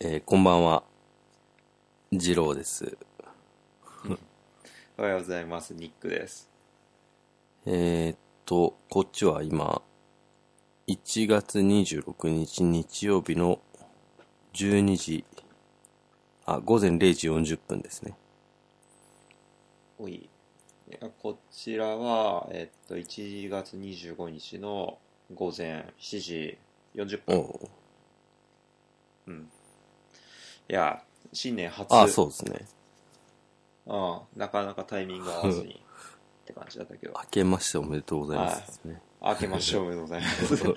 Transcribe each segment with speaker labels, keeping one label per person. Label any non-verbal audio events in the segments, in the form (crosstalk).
Speaker 1: えーこんばんは。二郎です。
Speaker 2: おはようございます。ニックです。
Speaker 1: えーっと、こっちは今、1月26日日曜日の12時、あ、午前0時40分ですね。
Speaker 2: おい。いやこちらは、えっと、1月25日の午前7時40
Speaker 1: お
Speaker 2: 分。
Speaker 1: う
Speaker 2: うん。いや、新年初。
Speaker 1: あ、そうですね。
Speaker 2: うん。なかなかタイミング合わず
Speaker 1: (laughs)
Speaker 2: に。って感じだったけど
Speaker 1: 明。けましておめでとうございますですね、
Speaker 2: 明けましておめでとうございます。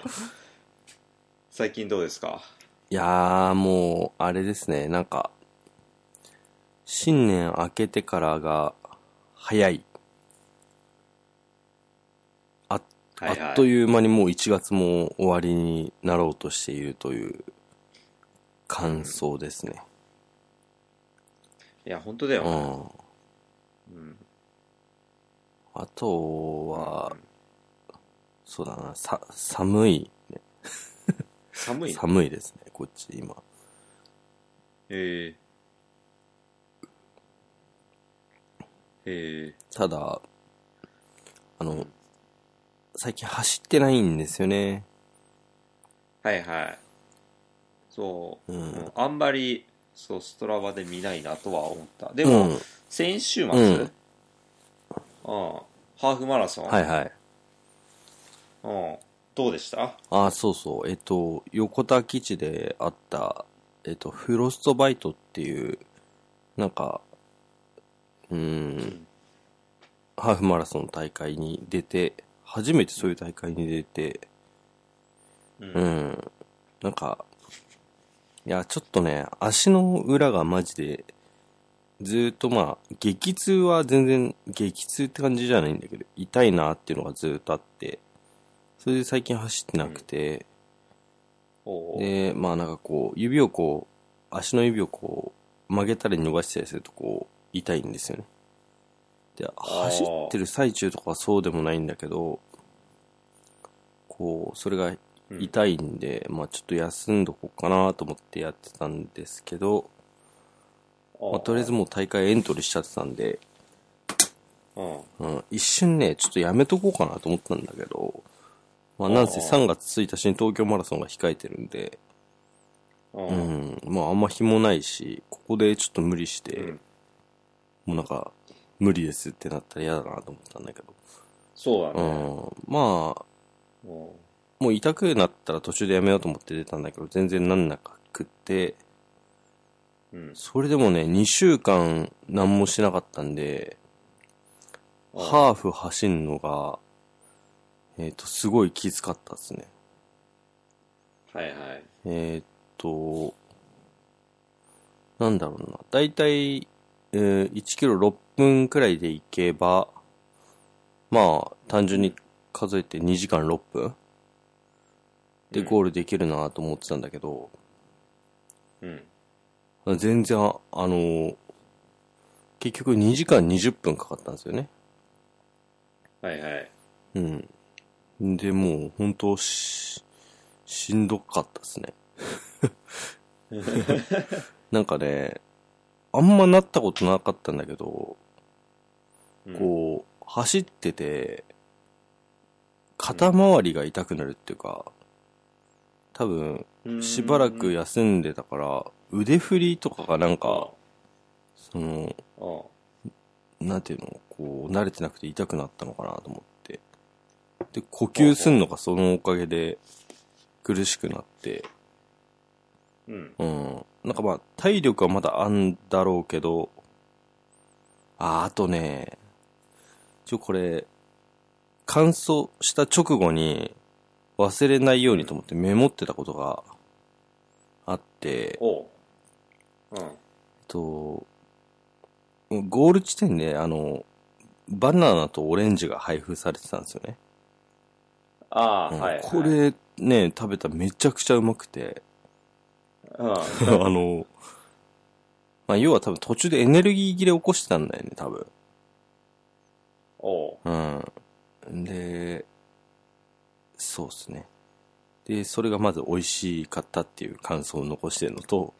Speaker 2: (laughs) 最近どうですか
Speaker 1: いやー、もう、あれですね、なんか、新年明けてからが、早い。あ、
Speaker 2: はいはい
Speaker 1: あっという間にもう1月も終わりになろうとしているという、感想ですね。
Speaker 2: いや、本当だよ
Speaker 1: うん。
Speaker 2: ね。うん。
Speaker 1: あとは、そうだな、さ、寒い、ね。
Speaker 2: 寒いね
Speaker 1: 寒いですね、こっち今。
Speaker 2: えええ
Speaker 1: ただ、あの、最近走ってないんですよね。
Speaker 2: えはいはい。そう、
Speaker 1: うん
Speaker 2: うんあんまり、そう、ストラバで見ないなとは思った。で
Speaker 1: で
Speaker 2: も、
Speaker 1: うん、
Speaker 2: 先週末、
Speaker 1: う
Speaker 2: うんん、ハーフマラソン、
Speaker 1: はいはい。
Speaker 2: うん、どうでした
Speaker 1: あー、そうそう。えっと、横田基地であった、えっと、フロストバイトっていう、なんか、うーん、ハーフマラソンの大会に出て、初めてそういう大会に出て、
Speaker 2: うん
Speaker 1: うん。なんか、いや、ちょっとね、足の裏がマジで、ずーっとまあ、激痛は全然、激痛って感じじゃないんだけど、痛いなっていうのがずーっとあって、それで最近走ってなくて、
Speaker 2: おう
Speaker 1: で、まあなんかこう、指をこう、足の指をこう、曲げたり伸ばしたりするとこう、痛いんですよね。で、
Speaker 2: ー
Speaker 1: 走ってる最中とかはそうでもないんだけど、こう、それが
Speaker 2: うん
Speaker 1: 痛いんで、まあちょっと休んどこうかなと思ってやってたんですけど、まあとりあえず、もう大会エントリーしちゃってたんで、
Speaker 2: あー
Speaker 1: うん、一瞬ね、ちょっとやめとこうかなと思ったんだけど、まあなんせ
Speaker 2: あー
Speaker 1: 3月1日に東京マラソンが控えてるんで、
Speaker 2: うん、う、
Speaker 1: うんん、まああんま日もないし、ここでちょっと無理して、
Speaker 2: うん
Speaker 1: もうなんか、無理ですってなったら嫌だなと思ったんだけど。
Speaker 2: そうだね。
Speaker 1: うん、まあ、
Speaker 2: うん
Speaker 1: もう痛くなったら途中でやめようと思って出たんだけど、全然なんなくって、
Speaker 2: うん、
Speaker 1: それでもね、2週間何もしなかったんで、
Speaker 2: あー
Speaker 1: ハーフ走んのが、えっ、と、すごいきつかったですね。
Speaker 2: はいはい。
Speaker 1: えーっと、なんだろうな。だいたい、えー1キロ6分くらいで行けば、まあ、単純に数えて2時間6分で
Speaker 2: うん
Speaker 1: ゴールできるなと思ってたんだけど、
Speaker 2: うん、
Speaker 1: 全然、ああのー、結局2時間20分かかったんですよね。
Speaker 2: はいはい。
Speaker 1: うん。で、もう、本当し、しんどかったですね。なんかね、あんまなったことなかったんだけど、
Speaker 2: うん
Speaker 1: こう、走ってて、肩周りが痛くなるっていうか、多分、
Speaker 2: うん
Speaker 1: しばらく休んでたから、腕振りとかがなんか、その、
Speaker 2: うん
Speaker 1: なんていうの、こう、慣れてなくて痛くなったのかなと思って。で、呼吸すんのがそのおかげで苦しくなって、
Speaker 2: うん、
Speaker 1: うん。なんかまあ、体力はまだあんだろうけど、あ、あとね、ちょ、これ、乾燥した直後に忘れないようにと思ってメモってたことがあって、
Speaker 2: おううん、
Speaker 1: えっと、ゴール地点で、あの、バナナとオレンジが配布されてたんですよね。
Speaker 2: ああ、
Speaker 1: うん
Speaker 2: はいはい。
Speaker 1: こ、れね、食べたらめちゃくちゃうまく
Speaker 2: (laughs)
Speaker 1: て、
Speaker 2: うん、
Speaker 1: あの、まあ、要は多分途中でエネルギー切れ起こしてたんだよね、多分。
Speaker 2: おう
Speaker 1: うん。で、そうですね。で、それがまず美味しかったっていう感想を残してるのと、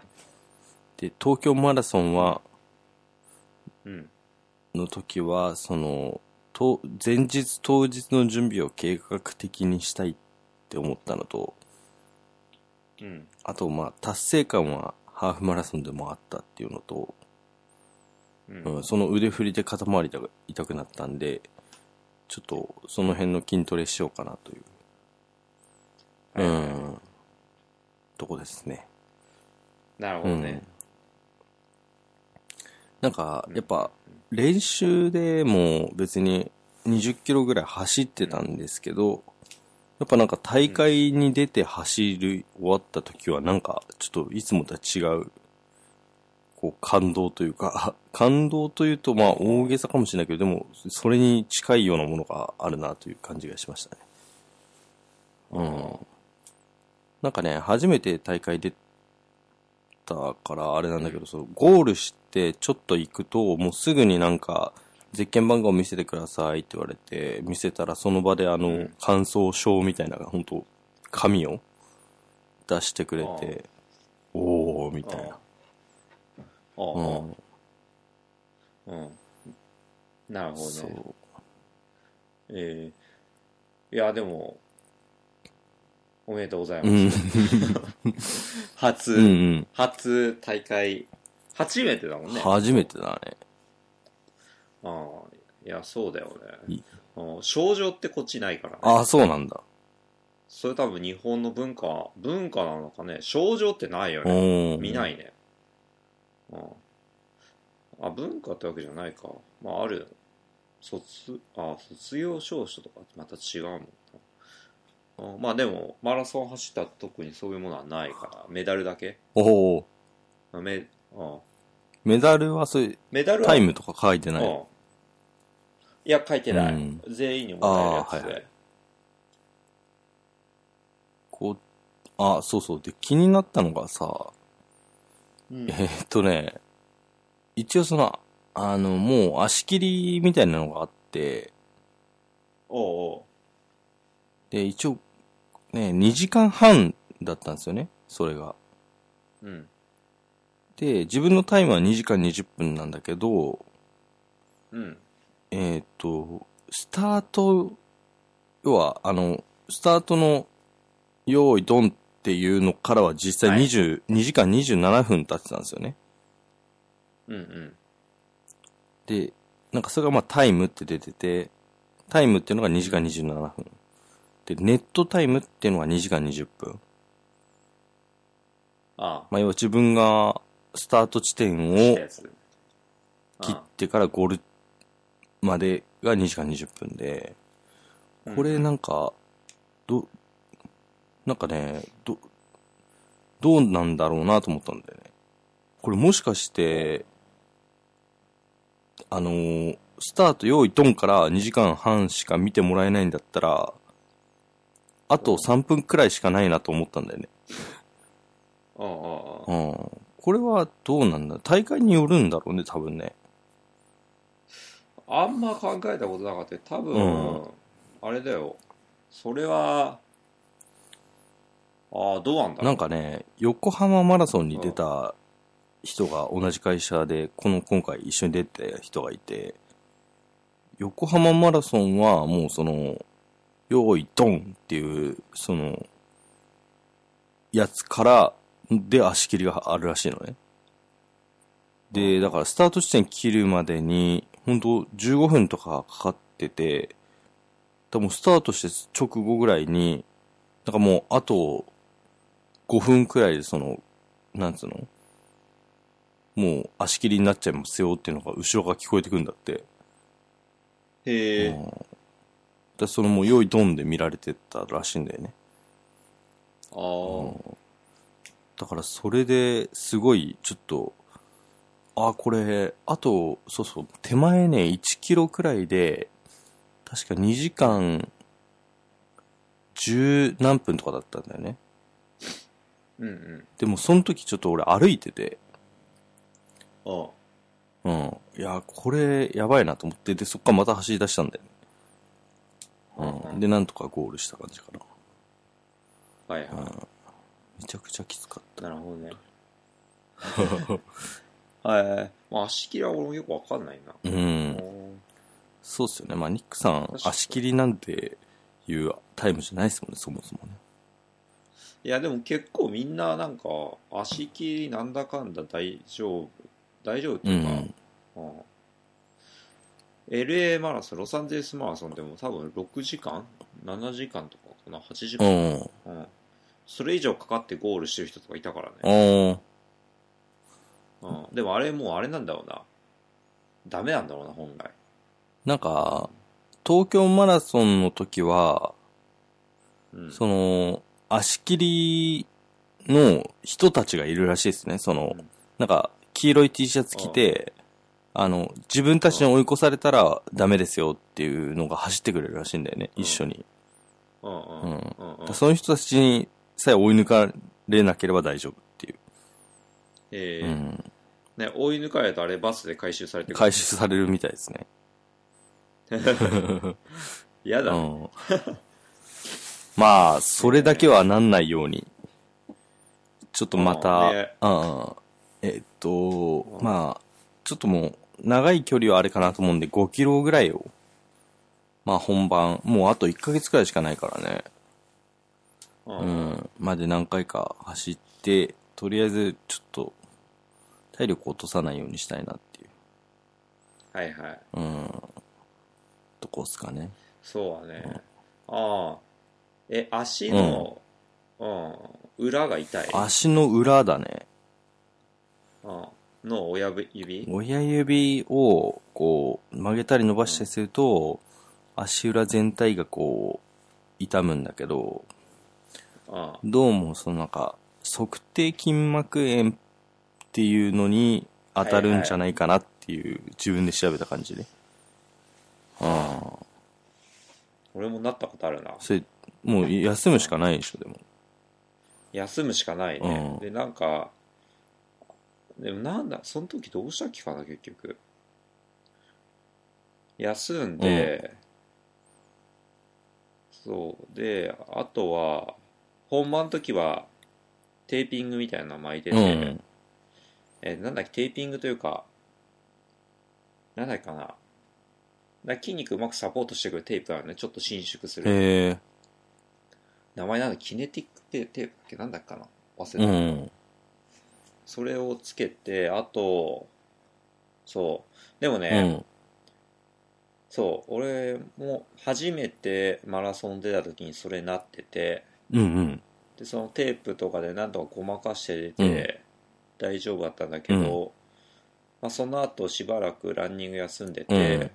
Speaker 1: で、東京マラソンは、
Speaker 2: うん。
Speaker 1: の時は、その、と前日当日の準備を計画的にしたいって思ったのと、
Speaker 2: うん。
Speaker 1: あと、まあ、達成感はハーフマラソンでもあったっていうのと、
Speaker 2: うん。
Speaker 1: うん、その腕振りで肩周りが痛くなったんで、ちょっとその辺の筋トレしようかなという、
Speaker 2: はいはいは
Speaker 1: う
Speaker 2: い
Speaker 1: ん、とこですね。
Speaker 2: なるほどね。
Speaker 1: なんか、やっぱ、練習でも別に20キロぐらい走ってたんですけど、やっぱなんか大会に出て走る終わった時はなんかちょっといつもとは違う、こう感動というか、 (laughs) 感動というとまあ大げさかもしれないけど、でもそれに近いようなものがあるなという感じがしましたね。うん。なんかね、初めて大会出たからあれなんだけど、そのゴールしてちょっと行くと、もうすぐになんか、ゼッケン番号見せてくださいって言われて、見せたらその場であ
Speaker 2: う
Speaker 1: の
Speaker 2: ん、
Speaker 1: 感想書みたいな、本当紙を出してくれて、おー、みたいな。
Speaker 2: ああ、
Speaker 1: うん。
Speaker 2: うん。なるほど
Speaker 1: そ
Speaker 2: ね。
Speaker 1: う。
Speaker 2: ええいや、でも、おめでとうございます。
Speaker 1: うん。
Speaker 2: 初、
Speaker 1: うんうん。
Speaker 2: 初大会、初めてだもんね。
Speaker 1: 初めてだね。
Speaker 2: ああいや、そうだよ
Speaker 1: い
Speaker 2: ね
Speaker 1: い。
Speaker 2: うん症状ってこっちないからね。
Speaker 1: ああ、そうなんだ。
Speaker 2: それ多分日本の文化、文化なのかね。症状ってないよ
Speaker 1: お
Speaker 2: ね。
Speaker 1: ー
Speaker 2: 見ないね。うん。あ、文化ってわけじゃないか。まあ、ある。卒、あ、卒業証書とかまた違うもんな。うん、まあでも、マラソン走ったら特にそういうものはないから、メダルだけ。
Speaker 1: おー
Speaker 2: メ、うん、
Speaker 1: メダルはそういう、
Speaker 2: メダルは
Speaker 1: タイムとか書いてない。
Speaker 2: うん。いや、書いてない。
Speaker 1: うん
Speaker 2: 全員にもらえるやつ
Speaker 1: あーはい
Speaker 2: で。
Speaker 1: はこう、あ、そうそう。で、気になったのがさ、
Speaker 2: うん
Speaker 1: えーっとね、一応その、あの、もう足切りみたいなのがあって、
Speaker 2: おうお
Speaker 1: で、一応、ね、2時間半だったんですよね、それが。
Speaker 2: う。うん。
Speaker 1: で、自分のタイムは2時間20分なんだけど、
Speaker 2: うん。
Speaker 1: えーっと、スタート、要は、あの、スタートの、用意ドンっていうのからは実際20、2時間27分経ってたんですよね。
Speaker 2: うんうん。
Speaker 1: で、なんかそれがまあタイムって出てて、タイムっていうのが2時間27分。で、ネットタイムっていうのが2時間20分。
Speaker 2: ああ。
Speaker 1: まあ要は自分がスタート地点
Speaker 2: 来
Speaker 1: を
Speaker 2: たやつ。
Speaker 1: 切っ
Speaker 2: あ
Speaker 1: てからゴールまでが2時間20分で、
Speaker 2: あ
Speaker 1: これなんか、ど、なんかね、ど、どうなんだろうなと思ったんだよね。これもしかして、あのースタート用意ドンから2時間半しか見てもらえないんだったら、あと3分くらいしかないなと思ったんだよね。
Speaker 2: うんうんうん。
Speaker 1: うん。これはどうなんだ大会によるんだろうね、多分ね。
Speaker 2: あんま考えたことなかったけど多
Speaker 1: う
Speaker 2: 分、あれだよ。それは、ああ、どうなんだろ
Speaker 1: な。
Speaker 2: うん
Speaker 1: かね、横浜マラソンに出た人が同じ会社で、この今回一緒に出てた人がいて、横浜マラソンはもうその、用意ドンっていう、その、やつから、で足切りがあるらしいのね。で、だからスタート地点切るまでに、本当15分とかかかってて、多分スタートして直後ぐらいに、なんかもうあと5分くらいでその、なんつうのもう足切りになっちゃいますよっていうのが後ろが聞こえてくるんだって。
Speaker 2: へ
Speaker 1: うん
Speaker 2: え。
Speaker 1: だからそのもう用意ドンで見られてたらしいんだよね。
Speaker 2: ああ。
Speaker 1: だからそれですごいちょっと、あ、これ、あと、そうそう、手前ね、1キロくらいで、確か2時間10何分とかだったんだよね。
Speaker 2: うんうん。
Speaker 1: でもその時ちょっと俺歩いてて、
Speaker 2: ああ。
Speaker 1: うん。いや、これ、やばいなと思って、で、そっからまた走り出したんだよね。うん。で、なんとかゴールした感じかな。
Speaker 2: はいは
Speaker 1: めちゃくちゃきつかっ (laughs)
Speaker 2: い。なるほどね。はい。まあ、足切りは俺もよくわかんないな。
Speaker 1: う。
Speaker 2: うんん
Speaker 1: そうっすよね。まあ、ニックさん
Speaker 2: 確、かに
Speaker 1: 足切りなんていうタイムじゃないですもんね、そもそもね。
Speaker 2: いや、でも結構みんななんか、足切りなんだかんだ大丈夫。大丈夫って
Speaker 1: う
Speaker 2: いうか、
Speaker 1: ん。
Speaker 2: うん LA マラソン、ロサンゼルスマラソンでも多分6時間 ?7 時間とかかな ?8 時
Speaker 1: う
Speaker 2: 間、
Speaker 1: ん。うん。
Speaker 2: うんそれ以上かかってゴールしてる人とかいたからね。
Speaker 1: うん
Speaker 2: うん、でもあれもうあれなんだろうな。ダメなんだろうな、本来。
Speaker 1: なんか、東京マラソンの時は、
Speaker 2: うん。
Speaker 1: その、足切りの人たちがいるらしいですね。その
Speaker 2: うん、
Speaker 1: なんか、黄色い T シャツ着て、あの、自分たちに追い越されたらダメですよっていうのが走ってくれるらしいんだよね、
Speaker 2: うん
Speaker 1: 一緒に。
Speaker 2: うんうん
Speaker 1: うん
Speaker 2: うんうん
Speaker 1: その人たちにさえ追い抜かれなければ大丈夫っていう。
Speaker 2: ええ
Speaker 1: うん。
Speaker 2: ね、追い抜かれたあれバスで回収されて
Speaker 1: 回収されるみたいですね。
Speaker 2: (laughs) 嫌だ、
Speaker 1: う
Speaker 2: ね
Speaker 1: ん。まあ、それだけはなんないように。ちょっとまた、
Speaker 2: うんね
Speaker 1: うんえっと
Speaker 2: う、ん
Speaker 1: まあ、ちょっともう、長い距離はあれかなと思うんで、5キロぐらいを、まあ本番、もうあと1ヶ月くらいしかないからね、
Speaker 2: うん
Speaker 1: うん、まで何回か走って、とりあえずちょっと、体力落とさないようにしたいなっていう、
Speaker 2: はいはい
Speaker 1: うん、とこっすかね。
Speaker 2: そうだね、ああえ足の、うん裏が痛い、
Speaker 1: 足の裏だね。
Speaker 2: うん、の親指
Speaker 1: 親指をこう曲げたり伸ばしたりすると、足裏全体がこう痛むんだけど
Speaker 2: うん
Speaker 1: どうもそのなんか測定筋膜炎っていうのに当たるんじゃないかなっていう、自分で調べた感じでああ
Speaker 2: 俺もなったことあるな
Speaker 1: それもう休むしかないでしょでも
Speaker 2: 休むしかないね、
Speaker 1: うん
Speaker 2: でなんかでもなんだその時どうしたっけかな結局休んで、そうであとは本番の時はテーピングみたいなの巻いてて、
Speaker 1: うん
Speaker 2: えなんだっけテーピングというかなんだっけかななんか筋肉うまくサポートしてくるテープがあるねちょっと伸縮する
Speaker 1: へえ
Speaker 2: 名前なんだキネティックテテープだっけなんだっけかな忘れ
Speaker 1: う
Speaker 2: た、
Speaker 1: ん
Speaker 2: それをつけてあとそうでも
Speaker 1: う
Speaker 2: ね、
Speaker 1: ん
Speaker 2: そう俺も初めてマラソン出た時にそれなってて
Speaker 1: うんうん
Speaker 2: でそのテープとかでなんとかごまかして出て、大丈夫だったんだけど、まあ、その後しばらくランニング休んでて、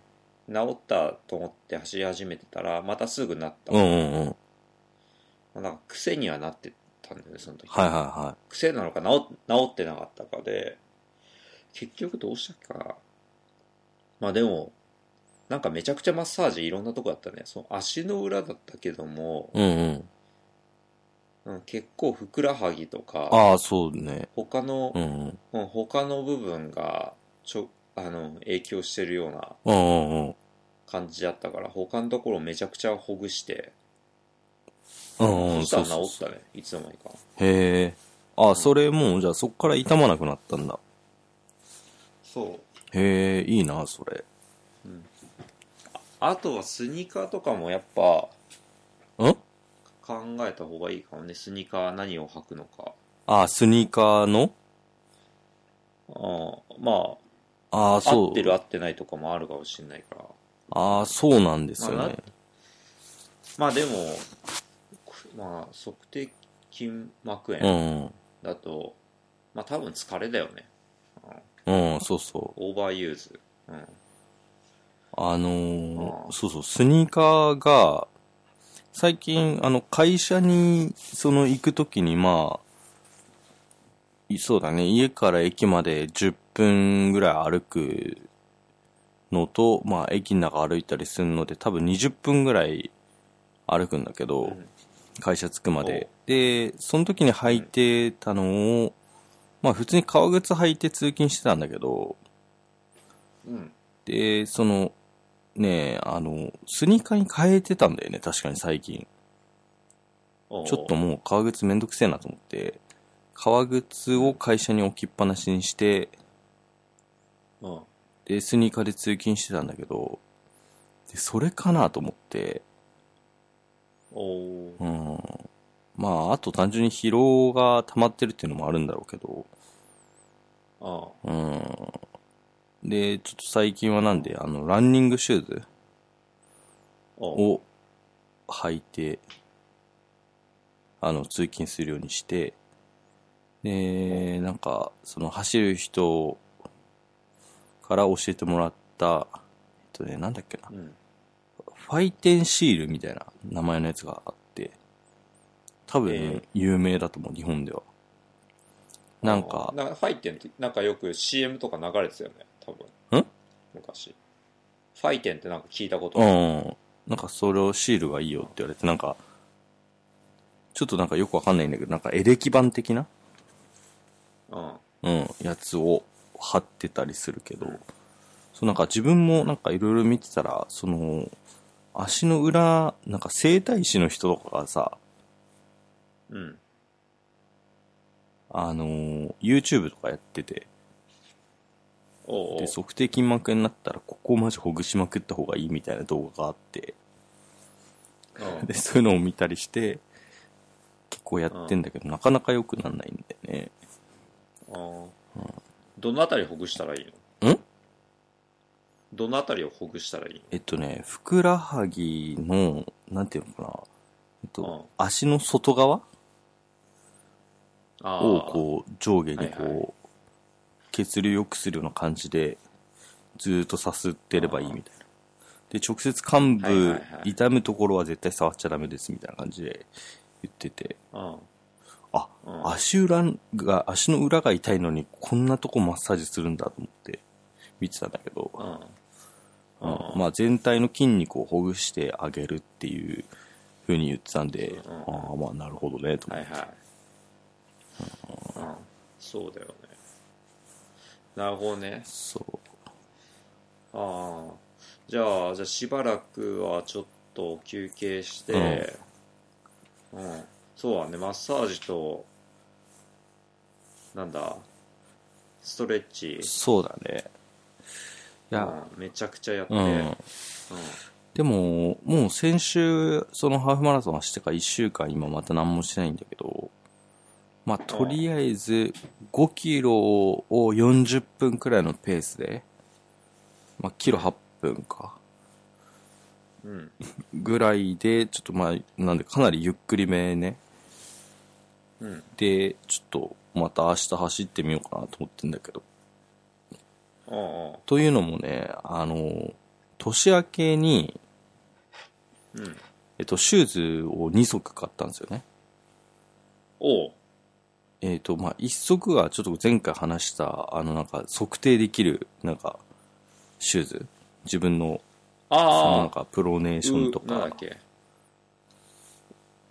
Speaker 2: 治ったと思って走り始めてたらまたすぐなった、
Speaker 1: うんう
Speaker 2: ま
Speaker 1: んうん
Speaker 2: あなんか癖にはなってたんだよねその時、
Speaker 1: はいはいは
Speaker 2: 癖なのか治治ってなかったかで結局どうしたっけかなまあでもなんかめちゃくちゃマッサージいろんなとこだったねその足の裏だったけども、
Speaker 1: いうんうん
Speaker 2: うん、結構ふくらはぎとか
Speaker 1: ああそうね
Speaker 2: 他の
Speaker 1: う、んうん
Speaker 2: うん、他の部分がちょあの影響してるような
Speaker 1: うんうん
Speaker 2: 感じだったから他のところをめちゃくちゃほぐして、
Speaker 1: うんうん
Speaker 2: そしたら
Speaker 1: うう
Speaker 2: 治っ
Speaker 1: う
Speaker 2: たねいつの間にか
Speaker 1: へえ。あ、それもう、じゃあそっから痛まなくなったんだ。
Speaker 2: そう
Speaker 1: へえ、いいな、それ。
Speaker 2: あとはスニーカーとかもやっぱ
Speaker 1: ん
Speaker 2: 考えた方がいいかもねスニーカー何を履くのか
Speaker 1: あ、スニーカーの
Speaker 2: ああま
Speaker 1: ああ、
Speaker 2: あ
Speaker 1: そ
Speaker 2: 合
Speaker 1: う
Speaker 2: っ。てる合ってないとかもあるかもしれないから
Speaker 1: ああ、そうなんですよ
Speaker 2: まあ
Speaker 1: ね。
Speaker 2: まあでもまあ測定筋膜
Speaker 1: う
Speaker 2: 炎
Speaker 1: ん
Speaker 2: だと、まあ多分疲れだよね
Speaker 1: うん。うん、そうそう。
Speaker 2: オーバーユーズうん
Speaker 1: あのー
Speaker 2: あー
Speaker 1: そうそう、スニーカーが、最近、あの、会社に、その、行くときに、まあ、いそうだね、家から駅まで10分ぐらい歩くのと、まあ、駅の中歩いたりするので、多分20分ぐらい歩くんだけど、
Speaker 2: うん
Speaker 1: 会社着くまで。で、その時に履いてたのを、まあ、普通に革靴履いて通勤してたんだけど、
Speaker 2: うん
Speaker 1: で、その、ねえ、あの、スニーカーに変えてたんだよね、確かに最近。
Speaker 2: おう
Speaker 1: ちょっともう革靴めんどくせえなと思って、革靴を会社に置きっぱなしにして、
Speaker 2: うん。
Speaker 1: で、スニーカーで通勤してたんだけど、で、それかなと思って、
Speaker 2: おー
Speaker 1: うん。まあ、あと単純に疲労が溜まってるっていうのもあるんだろうけど、
Speaker 2: あ
Speaker 1: うん。で、ちょっと最近はなんで、あの、ランニングシューズ
Speaker 2: あ。お
Speaker 1: を履いて、あの、通勤するようにして、で、なんか、その走る人から教えてもらった、えっとね、なんだっけな、
Speaker 2: うん。
Speaker 1: ファイテンシールみたいな名前のやつがあって、多
Speaker 2: え
Speaker 1: 分
Speaker 2: え、
Speaker 1: 有名だと思う、日本では。なんか
Speaker 2: あ、なファイテンって、なんかよく CM とか流れてたよね、多分。
Speaker 1: ん
Speaker 2: 昔。ファイテンってなんか聞いたこと
Speaker 1: う
Speaker 2: ある。
Speaker 1: ん。なんか、それをシールがいいよって言われて、なんか、ちょっとなんかよくわかんないんだけど、なんかエレキ版的な
Speaker 2: うん。
Speaker 1: うん、やつを貼ってたりするけど、そうなんか自分もなんかいろいろ見てたら、その、足の裏、なんか整体師の人とかがさ、
Speaker 2: うん。
Speaker 1: あのー YouTube とかやってて、
Speaker 2: おうお
Speaker 1: で、
Speaker 2: う。
Speaker 1: 測定筋膜炎になったら、ここをマジほぐしまくった方がいいみたいな動画があって、
Speaker 2: うん
Speaker 1: で、そういうのを見たりして、結構やってんだけど、なかなか良くならないんだよね。
Speaker 2: ああどのあたりほぐしたらいいの
Speaker 1: ん
Speaker 2: どのあたりをほぐしたらいい
Speaker 1: えっとね、ふくらはぎの、なんていうのかな、えっと、足の外側
Speaker 2: のああ。
Speaker 1: をこう上下に
Speaker 2: はいは
Speaker 1: こう血流良くするような感じでずーっとさすってればいいみたいな。で、直接幹
Speaker 2: はいはいは
Speaker 1: 部
Speaker 2: い
Speaker 1: 痛むところは絶対触っちゃダメですみたいな感じで言ってて、
Speaker 2: うん。
Speaker 1: あ、
Speaker 2: うん
Speaker 1: 足裏が、足の裏が痛いのにこんなとこマッサージするんだと思って見てたんだけど、
Speaker 2: うん。
Speaker 1: う
Speaker 2: うん
Speaker 1: んまあ全体の筋肉をほぐしてあげるっていう風に言ってたんで、
Speaker 2: うん
Speaker 1: ああ、まあなるほどね、と思
Speaker 2: は
Speaker 1: っ
Speaker 2: い
Speaker 1: て。
Speaker 2: はい。うん。そうだよね。なるほどね。
Speaker 1: そう。
Speaker 2: ああ。じゃあ、じゃあしばらくはちょっと休憩して、うん。そうだね、マッサージと、なんだ、ストレッチ、
Speaker 1: そうだね。いや、
Speaker 2: うん、めちゃくちゃやって、
Speaker 1: う
Speaker 2: うん
Speaker 1: ん。でも、もう先週、そのハーフマラソン走ってから1週間今また何もしてないんだけど、まあ、とりあえず5キロを40分くらいのペースで、まあ、キロ8分か、
Speaker 2: うん。
Speaker 1: ぐらいで、ちょっとまあ、なんでかなりゆっくりめね。
Speaker 2: うん。
Speaker 1: で、ちょっとまた明日走ってみようかなと思ってんだけど。
Speaker 2: うん。うん。
Speaker 1: というのもね、あの、年明けに、
Speaker 2: うん。
Speaker 1: えっと、シューズを2足買ったんですよね。
Speaker 2: おう。
Speaker 1: えっ、と、まあ、一足がちょっと前回話した、あの、なんか、測定できる、なんか、シューズ。自分の、そのな
Speaker 2: あ
Speaker 1: ん
Speaker 2: あ。
Speaker 1: か、プロネーションと
Speaker 2: うなんだ
Speaker 1: か
Speaker 2: っ、け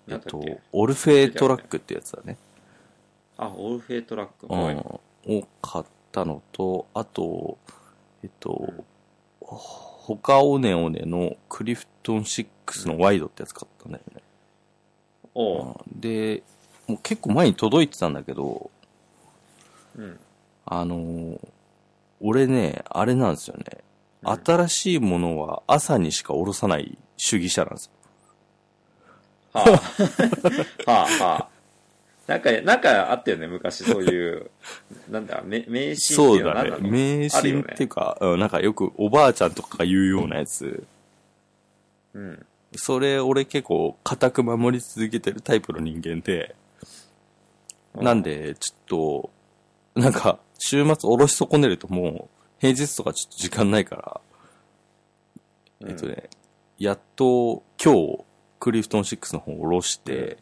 Speaker 1: え
Speaker 2: な
Speaker 1: っ
Speaker 2: んだっ
Speaker 1: と
Speaker 2: け、
Speaker 1: オルフェトラックってやつだね。
Speaker 2: あ、オルフェイトラック。
Speaker 1: う
Speaker 2: はい
Speaker 1: ん。を買ったのと、あと、えっと
Speaker 2: うん、
Speaker 1: ほかオネオネのクリフトン6のワイドってやつ買ったんだよね。
Speaker 2: おう。
Speaker 1: うんで、もう結構前に届いてたんだけど、
Speaker 2: うん。
Speaker 1: あのー俺ね、あれなんですよね。
Speaker 2: うん
Speaker 1: 新しいものは朝にしかおろさない主義者なんですよ。
Speaker 2: はあ、はあ、はあ。なんか、なんかあったよね、昔、そういう、なんだ、め迷信
Speaker 1: そ
Speaker 2: っていううのは
Speaker 1: だね
Speaker 2: 何な。の
Speaker 1: 迷
Speaker 2: あるよ
Speaker 1: 信っ
Speaker 2: ね
Speaker 1: ていうか、うんなんかよくおばあちゃんとかが言うようなやつ。
Speaker 2: うん。
Speaker 1: それ俺結構固く守り続けてるタイプの人間で、
Speaker 2: うん
Speaker 1: なんでちょっと、なんか週末おろし損ねるともう平日とかちょっと時間ないから、
Speaker 2: うん
Speaker 1: えっとね、やっと今日、クリフトン6の方を下ろして、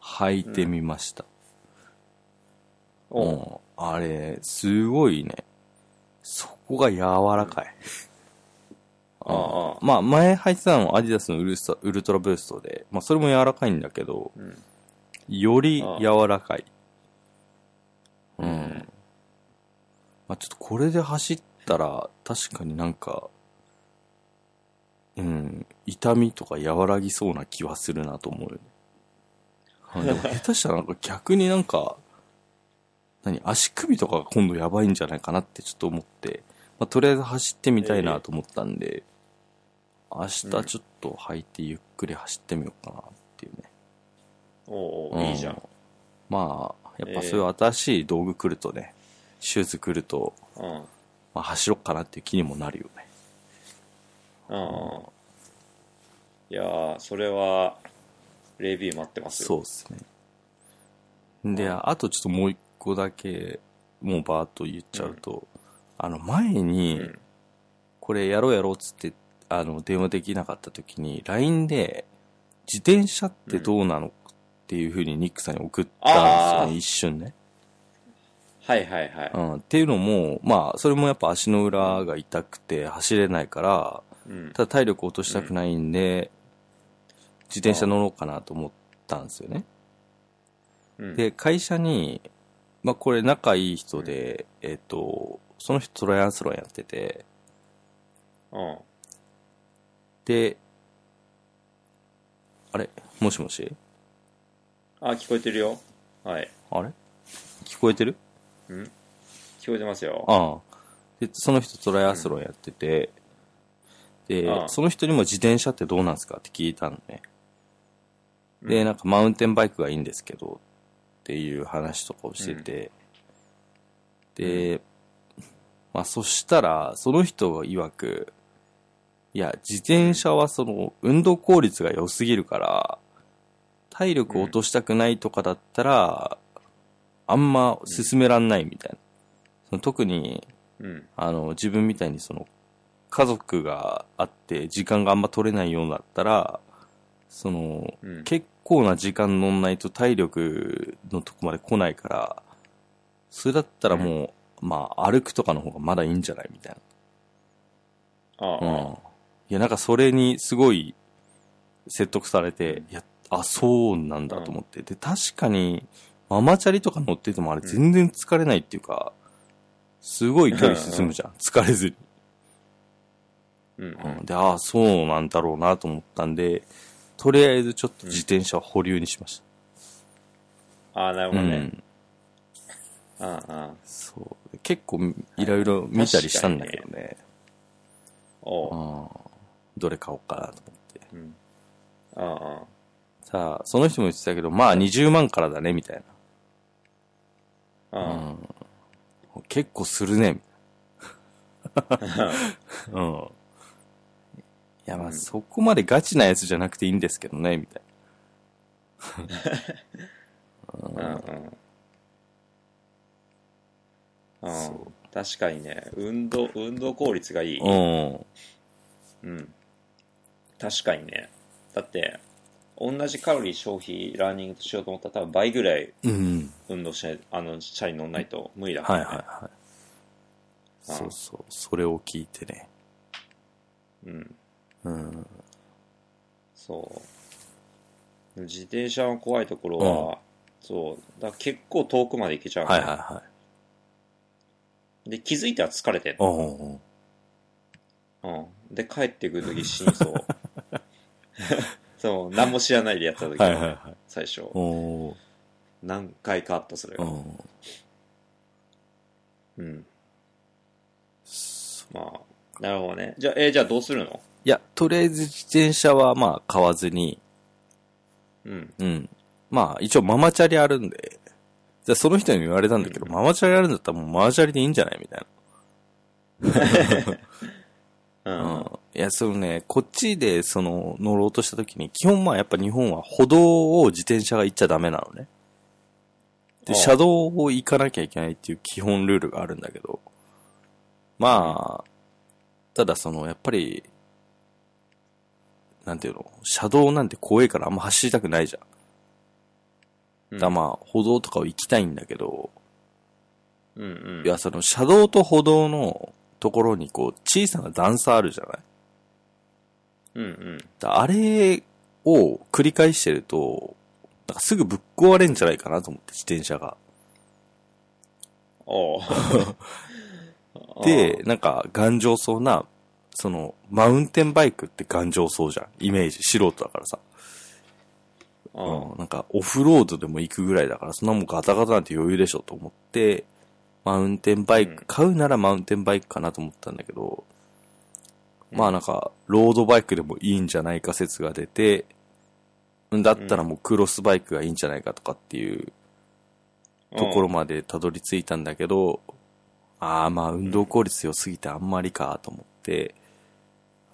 Speaker 1: 履いてみました。
Speaker 2: おう
Speaker 1: うんあれ、すごいね。そこが柔らかい。
Speaker 2: ああ、あ
Speaker 1: まあ、前履いてたのはアディダスのウルスウルトラブーストで、まあ、それも柔らかいんだけど、
Speaker 2: うん。
Speaker 1: より柔らかい。うん。
Speaker 2: うん
Speaker 1: まあ、ちょっとこれで走ったら、確かになんか、うん、痛みとか和らぎそうな気はするなと思うよね。あでも下手したらなんか逆になんか、何、足首とかが今度やばいんじゃないかなってちょっと思って、まあ、とりあえず走ってみたいなと思ったんで、明日ちょっと履いてゆっくり走ってみようかなっていうね。
Speaker 2: お
Speaker 1: う
Speaker 2: うおういいじゃん。。
Speaker 1: まあ、やっぱそういう新しい道具来るとね、シューズ来ると、
Speaker 2: うん。うん。
Speaker 1: まあ、走ろっかなっていう気にもなるよね。
Speaker 2: いやー、それは、レビュー待ってますよ。
Speaker 1: そうですね。で、あとちょっともう一個だけ、もうバーっと言っちゃうと、あの前に、
Speaker 2: うん
Speaker 1: これやろうやろうっつって、あの、電話できなかった時に、LINE で、自転車ってどうなのっていう風にニックさんに送ったんですよ
Speaker 2: あー
Speaker 1: ね、一瞬ね。
Speaker 2: はいはいはい。
Speaker 1: うん。っていうのも、まあ、それもやっぱ足の裏が痛くて走れないから、
Speaker 2: うん。
Speaker 1: ただ体力落としたくないんで、自転車乗ろうかなと思ったんですよね。
Speaker 2: うん、
Speaker 1: で、会社に、まあこれ仲いい人で、えっ、と、その人トライアンスロンやってて、
Speaker 2: うん。
Speaker 1: で、あれもしもし
Speaker 2: あ、聞こえてるよ。はい。
Speaker 1: あれ聞こえてる
Speaker 2: 聞こえてますよ。
Speaker 1: ああ。で、その人トライアスロンやってて、で、
Speaker 2: ああ
Speaker 1: その人にも自転車ってどうなんですかって聞いたのね。で、
Speaker 2: うん
Speaker 1: なんかマウンテンバイクがいいんですけど、っていう話とかをしてて、で、まあそしたら、その人が曰く、いや、自転車はその運動効率が良すぎるから、体力を落としたくないとかだったら、あんま進めらんないみたいな。その特に、
Speaker 2: うん。
Speaker 1: あの、自分みたいにその、家族があって、時間があんま取れないようだったら、その、
Speaker 2: うん。
Speaker 1: 結構な時間乗んないと体力のとこまで来ないから、それだったらもう、まあ、歩くとかの方がまだいいんじゃないみたい
Speaker 2: ああ、
Speaker 1: な。うん。いや、なんかそれにすごい説得されて、いや、あ、そうなんだと思って。で、確かに、ママチャリとか乗っててもあれ全然疲れないっていうか、すごい距離進むじゃん。疲れずに。
Speaker 2: うん。うん。
Speaker 1: うん、で、ああ、そうなんだろうなと思ったんで、とりあえずちょっと自転車を保留にしまし
Speaker 2: ああ、なる
Speaker 1: た。
Speaker 2: ほど
Speaker 1: う
Speaker 2: ね。
Speaker 1: ん
Speaker 2: うん、うん。
Speaker 1: そう。結構み、いろいろ見たりしたんだけどね。
Speaker 2: おう。
Speaker 1: ああどれ買おうかなと思って。
Speaker 2: うん。ああ、
Speaker 1: さあ、その人も言ってたけど、まあ20万からだね、みたい
Speaker 2: あ
Speaker 1: な。
Speaker 2: あ。
Speaker 1: うん、結構するね、
Speaker 2: (laughs)
Speaker 1: みたいな。うん。いや、ま
Speaker 2: う
Speaker 1: あ
Speaker 2: ん
Speaker 1: そこまでガチなやつじゃなくていいんですけどね、みたい
Speaker 2: うんうんうん確かにね運動運動効率がいい、
Speaker 1: な。うん。
Speaker 2: うん確かにねだって同じカロリー消費ランニングしようと思ったら多分倍ぐらい
Speaker 1: うん。
Speaker 2: 運動しないあの車に乗んないと無理だか
Speaker 1: はい
Speaker 2: ら、
Speaker 1: はい
Speaker 2: ね
Speaker 1: はい。そうそう。それを聞いてね。
Speaker 2: うん、
Speaker 1: うん。
Speaker 2: そう自転車の怖いところは、そうだから結構遠くまで行けちゃうの
Speaker 1: は
Speaker 2: ね、
Speaker 1: いはいはい。
Speaker 2: で気づいたら疲れてる、
Speaker 1: うん。
Speaker 2: うん、で帰ってくるとき死にそう
Speaker 1: (laughs)
Speaker 2: そう何も知らないでやったとき、
Speaker 1: はいはいはい。
Speaker 2: 最初
Speaker 1: おー
Speaker 2: 何回かあったそれ
Speaker 1: う
Speaker 2: が
Speaker 1: ん。
Speaker 2: うんまあなるほどねじゃあえーじゃあどうするの
Speaker 1: いや、とりあえず自転車はまあ買わずに、
Speaker 2: うん
Speaker 1: うん。まあ一応ママチャリあるんで、じゃあその人にも言われたんだけど、
Speaker 2: うん
Speaker 1: ママチャリあるんだったらもうママチャリでいいんじゃないみたい
Speaker 2: うん
Speaker 1: な。うん。いや、そのね、こっちでその乗ろうとした時に、基本まあやっぱ日本は歩道を自転車が行っちゃダメなのね。で、
Speaker 2: ああ
Speaker 1: 車道を行かなきゃいけないっていう基本ルールがあるんだけど、まあ、ただその、やっぱり、なんていうの、車道なんて怖いからあんま走りたくないじゃん。
Speaker 2: うん
Speaker 1: だからまあ、歩道とかを行きたいんだけど、
Speaker 2: うんうん
Speaker 1: いや、その、車道と歩道のところに、こう、小さな段差あるじゃない
Speaker 2: うんうん
Speaker 1: だあれを繰り返してると、なんかすぐぶっ壊れんじゃないかなと思って、自転車が。
Speaker 2: おう (laughs)
Speaker 1: で、なんか、頑丈そうな、その、マウンテンバイクって頑丈そうじゃん。イメージ、素人だからさ。
Speaker 2: あうん。
Speaker 1: なんかオフロードでも行くぐらいだから、そんなもんガタガタなんて余裕でしょと思って、マウンテンバイク、
Speaker 2: うん
Speaker 1: 買うならマウンテンバイクかなと思ったんだけど、まあなんか、ロードバイクでもいいんじゃないか説が出て、だったらもうクロスバイクがいいんじゃないかとかっていうところまでたどり着いたんだけど、ああ、まあ運動効率良すぎてあんまりかと思って、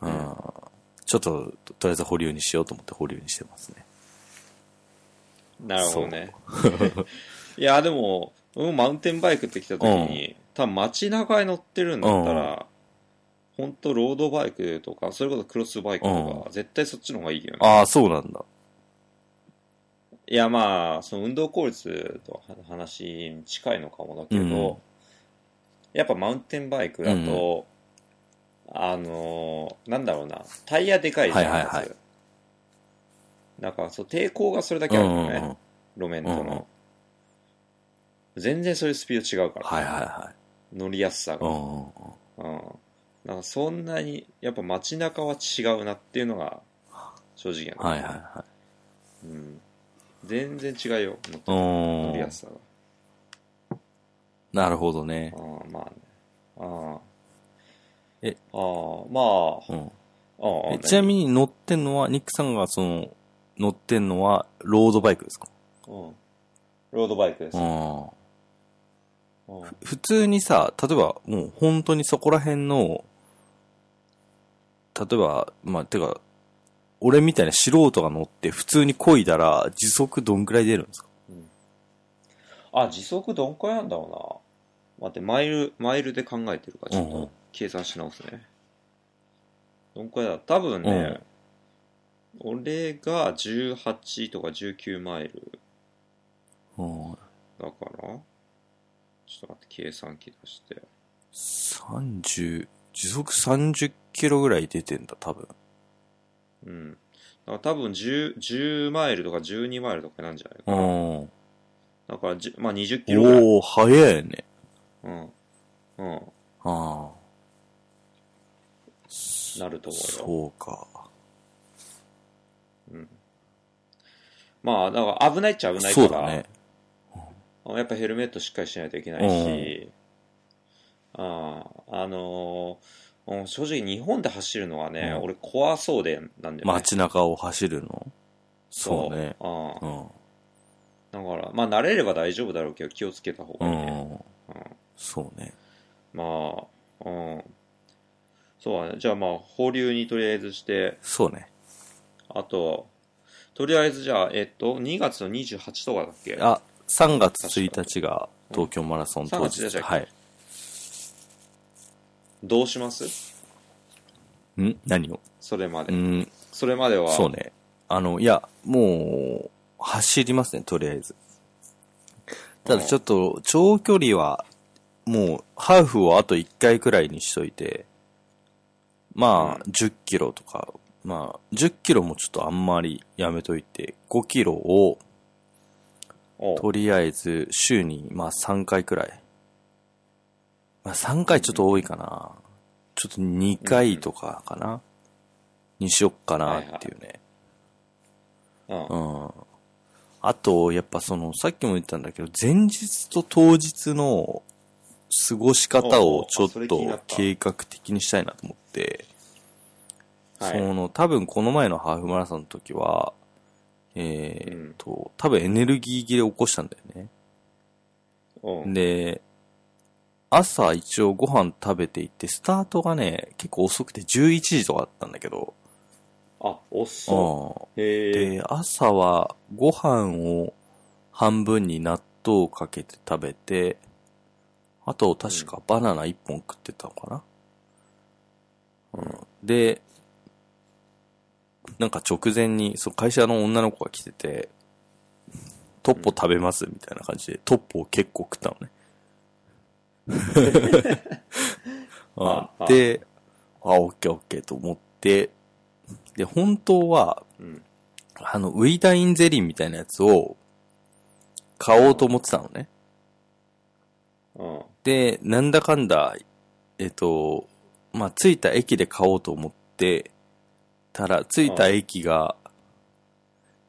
Speaker 1: うん、
Speaker 2: うん
Speaker 1: ちょっと、とりあえず保留にしようと思って保留にしてますね。
Speaker 2: なるほどね。 (laughs) いや、でも、僕もマウンテンバイクって来た時に、多分街中に乗ってるんだったら、ほんとロードバイクとか、それこそクロスバイクとか、絶対そっちの方がいいよね。
Speaker 1: ああ、そうなんだ。
Speaker 2: いや、まあ、その運動効率とは話に近いのかもだけど、やっぱマウンテンバイクだと、あのーなんだろうな、タイヤでかいじゃん、
Speaker 1: はいはいはい
Speaker 2: まずなんか、そう、抵抗がそれだ
Speaker 1: う
Speaker 2: け
Speaker 1: ん
Speaker 2: あ
Speaker 1: う
Speaker 2: るよね。
Speaker 1: んうん。はい
Speaker 2: 路面との、
Speaker 1: うんうん
Speaker 2: 全然そういうスピード違うから、
Speaker 1: はいはい。
Speaker 2: 乗りやすさ
Speaker 1: う
Speaker 2: が、
Speaker 1: んうんうん。
Speaker 2: うんなんかそんなにやっぱ街中は違うなっていうのが正直やな、
Speaker 1: はいはいは
Speaker 2: うん、全然違うよ乗って
Speaker 1: い。う
Speaker 2: 乗
Speaker 1: ー
Speaker 2: りや
Speaker 1: ん。
Speaker 2: すさが
Speaker 1: なるほどね
Speaker 2: あ。ーまあねあー
Speaker 1: え
Speaker 2: あーま
Speaker 1: うん。
Speaker 2: ああ
Speaker 1: えちなみ
Speaker 2: に、
Speaker 1: に乗ってんのは、ニックさんがその、乗ってんのは、ロードバイクですか
Speaker 2: うん、ロードバイクです、
Speaker 1: う
Speaker 2: うん
Speaker 1: ん。普通にさ、例えばもう本当にそこら辺の、例えば、まあ、てか、俺みたいな素人が乗って普通に漕いだら時速どんくらい出るんですか
Speaker 2: あ時速どんくらいなんだろうな待ってマイルマイルで考えてるからちょっ
Speaker 1: うんうん
Speaker 2: と計算し直すねどんくらいだ多分ね、俺が18とか19マイル
Speaker 1: うん。
Speaker 2: だからちょっと待って計算機出して
Speaker 1: 30、時速30キロぐらい出てんだ、多分。
Speaker 2: うんだから多分 10, 10マイルとか12マイルとかなんじゃないか
Speaker 1: う
Speaker 2: な、
Speaker 1: ん。
Speaker 2: だからじゅまあ20キロぐらい
Speaker 1: おー、早いね。
Speaker 2: うんうん
Speaker 1: ああ。
Speaker 2: なると思う
Speaker 1: そ
Speaker 2: よ
Speaker 1: うか。
Speaker 2: まあだから危ないっちゃ危ないか
Speaker 1: そ
Speaker 2: ら
Speaker 1: うだね。
Speaker 2: やっぱヘルメットしっかりしないといけないし、あああのーうん正直日本で走るのはね、
Speaker 1: うん
Speaker 2: 俺怖そうでなんだよね。
Speaker 1: 街中を走るの。そうね。
Speaker 2: あ
Speaker 1: う
Speaker 2: あ
Speaker 1: ん。
Speaker 2: だから、まあ慣れれば大丈夫だろうけど気をつけた方
Speaker 1: う
Speaker 2: がいいね。
Speaker 1: ん。
Speaker 2: うん
Speaker 1: そうね。
Speaker 2: まあ、うん。そうだね。じゃあまあ、放流にとりあえずして、
Speaker 1: そうね。
Speaker 2: あと、とりあえずじゃあ、えっと、2月の28とかだっけ
Speaker 1: あ、3月1日が東京マラソン当日。
Speaker 2: 3月1日
Speaker 1: はい。
Speaker 2: どうします
Speaker 1: ん何を
Speaker 2: それま
Speaker 1: う
Speaker 2: で。
Speaker 1: ん、
Speaker 2: それまでは、
Speaker 1: そうね。あの、いや、もう、走りますね、とりあえず。ただちょっと、長距離は、もう、ハーフをあと1回くらいにしといて、まあ、10キロとか、まあ、10キロもちょっとあんまりやめといて、5キロを、
Speaker 2: おう
Speaker 1: とりあえず、週に、まあ3回くらい。まあ3回ちょっと多いかな。ちょっと2回とかかな。にしよっかなっていうね。
Speaker 2: うん
Speaker 1: うん。あと、やっぱその、さっきも言ったんだけど、前日と当日の過ごし方をちょっ
Speaker 2: おうおうあそれ気にな
Speaker 1: と
Speaker 2: った
Speaker 1: 計画的にしたいなと思って、
Speaker 2: はい
Speaker 1: その、多分この前のハーフマラソンの時は、えーっと、多分エネルギー切れ起こしたんだよね。
Speaker 2: うん。
Speaker 1: で、朝一応ご飯食べていって、スタートがね、結構遅くて11時とかだったんだけど、
Speaker 2: あ、おっそうう。へえ。
Speaker 1: んで、朝はご飯を半分に納豆をかけて食べて、あと確かバナナ1本食ってたのかな、うん、で、なんか直前に、そう会社の女の子が来てて、トッポ食べますみたいな感じで、トッポを結構食ったのね。 (laughs) あ
Speaker 2: あ
Speaker 1: で、あ、オッケーオッケーと思って、で、本当は、
Speaker 2: うん。
Speaker 1: あの、ウイダインゼリーみたいなやつを買おうと思ってたのね。
Speaker 2: うん。
Speaker 1: で、なんだかんだ、えっと、まあ、着いた駅で買おうと思ってたら、着いた駅が、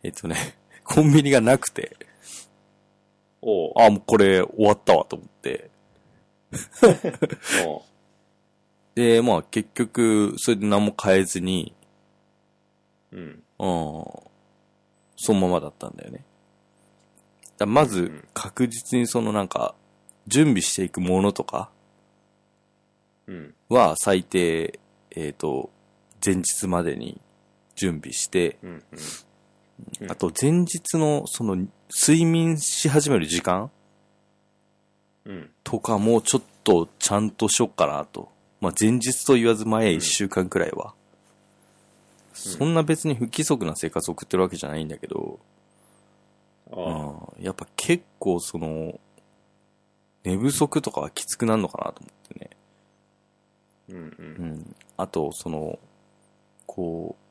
Speaker 1: えっとね、 (laughs) コンビニがなくて、
Speaker 2: おう
Speaker 1: あ、もうこれ終わったわと思って。
Speaker 2: おう
Speaker 1: で、まあ結局、それで何も変えずに、
Speaker 2: うん。
Speaker 1: うん、そのままだったんだよね。だまず
Speaker 2: ん、
Speaker 1: 確実にそのなんか、準備していくものとか
Speaker 2: うん。
Speaker 1: は最低、えっ、と、前日までに準備して、
Speaker 2: うん。うん。うん
Speaker 1: あと前日のその睡眠し始める時間
Speaker 2: うん。
Speaker 1: とかもちょっとちゃんとしよっかなと。まあ、前日と言わず前1週間くらいは。そんな別に不規則な生活を送ってるわけじゃないんだけど、
Speaker 2: ああ。
Speaker 1: うんやっぱ結構その、寝不足とかはきつくなるのかなと思ってね。
Speaker 2: うん。う。
Speaker 1: うんん。あと、その、こう、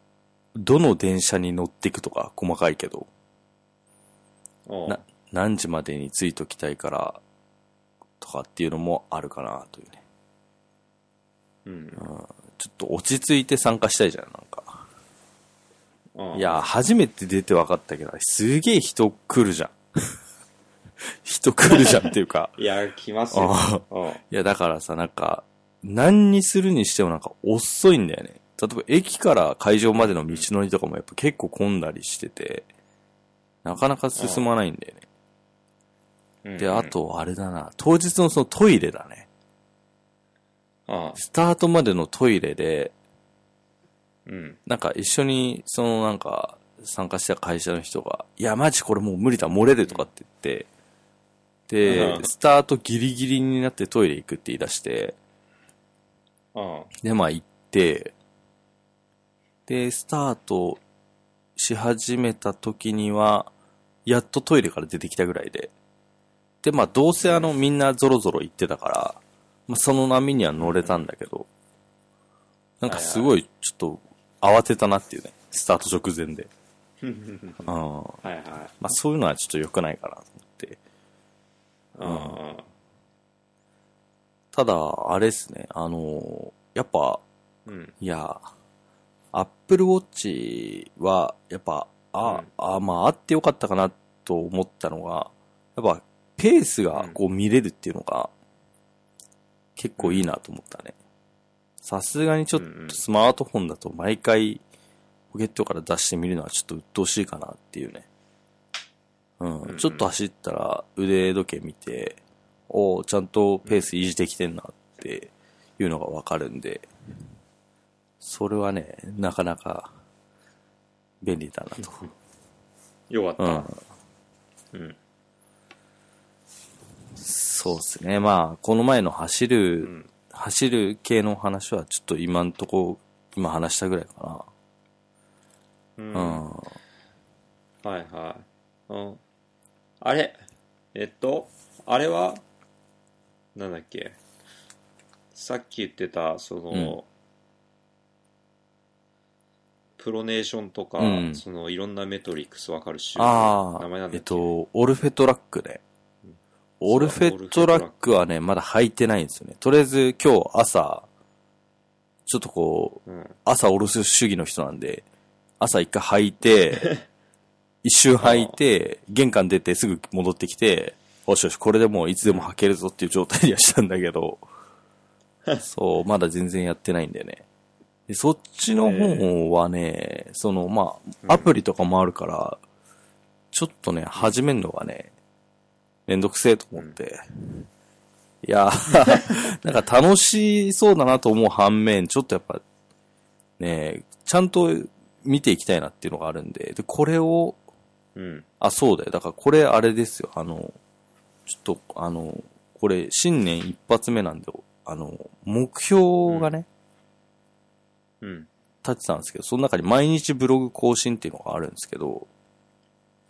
Speaker 1: どの電車に乗っていくとか細かいけど、
Speaker 2: おう
Speaker 1: な何時までに着いときたいから、とかっていうのもあるかなというね。
Speaker 2: うん。
Speaker 1: ちょっと落ち着いて参加したいじゃん、なんか。
Speaker 2: ああ
Speaker 1: いや、初めて出て分かったけど、すげえ人来るじゃん。 (laughs) 人来るじゃんっていうか。
Speaker 2: いや、来ますよ。
Speaker 1: あー
Speaker 2: おう
Speaker 1: いや、だからさ、なんか、何にするにしてもなんか遅いんだよね。例えば駅から会場までの道のりとかもやっぱ結構混んだりしてて、なかなか進まないんだよね。
Speaker 2: うん
Speaker 1: で、あ。と、あれだな、当日のそのトイレだね。
Speaker 2: ああ。
Speaker 1: スタートまでのトイレで、
Speaker 2: うん。
Speaker 1: なんか一緒に、そのなんか、参加した会社の人が、いや、マジこれもう無理だ、漏れるとかって言って、
Speaker 2: う
Speaker 1: で、
Speaker 2: ん
Speaker 1: スタートギリギリになってトイレ行くって言い出して、
Speaker 2: あ
Speaker 1: で、まあ行って、で、スタートし始めた時には、やっとトイレから出てきたぐらいで、で、まあどうせあのみんなゾロゾロ行ってたから、まあその波には乗れたんだけど、なんかすごいちょっと慌てたなっていうね、スタート直前で。
Speaker 2: あ。
Speaker 1: うん。ま
Speaker 2: はいはい。
Speaker 1: あそういうのはちょっと良くないかなと思って。
Speaker 2: ああ。
Speaker 1: ただ、あれですね、あのやっぱ
Speaker 2: うん。
Speaker 1: いや、アップルウォッチは、やっぱ、あ、
Speaker 2: うん
Speaker 1: あ、まあ、あってよかったかなと思ったのが、やっぱ、ペースがこう見れるっていうのが、結構いいなと思ったね。さすがにちょっ
Speaker 2: うんうん
Speaker 1: とスマートフォンだと毎回、ポケットから出してみるのはちょっと鬱陶しいかなっていうね。うん、
Speaker 2: うん
Speaker 1: ちょっと走ったら腕時計見て、おーちゃんとペース維持できてんなっていうのがわかるんで、それはね、なかなか便利だなと。
Speaker 2: よ
Speaker 1: う
Speaker 2: か
Speaker 1: ん
Speaker 2: っ。た。うん。
Speaker 1: そうですね。まあ、この前の走る、
Speaker 2: うん。
Speaker 1: 走る系の話はちょっと今んとこ、今話したぐらいか
Speaker 2: うん。
Speaker 1: な。うん。
Speaker 2: はいはい。うん。あれえっと、あれはなんだっけさっき言ってた、その、
Speaker 1: うん
Speaker 2: プロネーションとか、
Speaker 1: うん
Speaker 2: そのいろんなメトリックスわかるし、
Speaker 1: あ
Speaker 2: 名前な
Speaker 1: あ
Speaker 2: ん、だ
Speaker 1: えっ
Speaker 2: っけ、
Speaker 1: と、オルフェトラックね。オルフェトラックはね、まだ履いてないんですよね。とりあえず今日朝、ちょっとこう、
Speaker 2: うん、
Speaker 1: 朝おろす主義の人なんで、朝一回履いて、一周履いて、玄関出てすぐ戻ってきて、おしおし、これでもういつでも履けるぞっていう状態にはしたんだけ
Speaker 2: (laughs)
Speaker 1: ど、そう、まだ全然やってないんだよね。でそっちの方はね、その、ま
Speaker 2: うん
Speaker 1: あ、アプリとかもあるから、ちょっとね、始めるのがね、めんどくせえと思って。いや、 (laughs) なんか楽しそうだなと思う反面、ちょっとやっぱ、ね、ちゃんと見ていきたいなっていうのがあるんで、で、これを、
Speaker 2: うん。
Speaker 1: あ、そうだよ。だからこれあれですよ。あの、ちょっと、あの、これ新年一発目なんで、あの、目標がね、
Speaker 2: うん。
Speaker 1: 立ってたんですけど、その中に毎日ブログ更新っていうのがあるんですけど、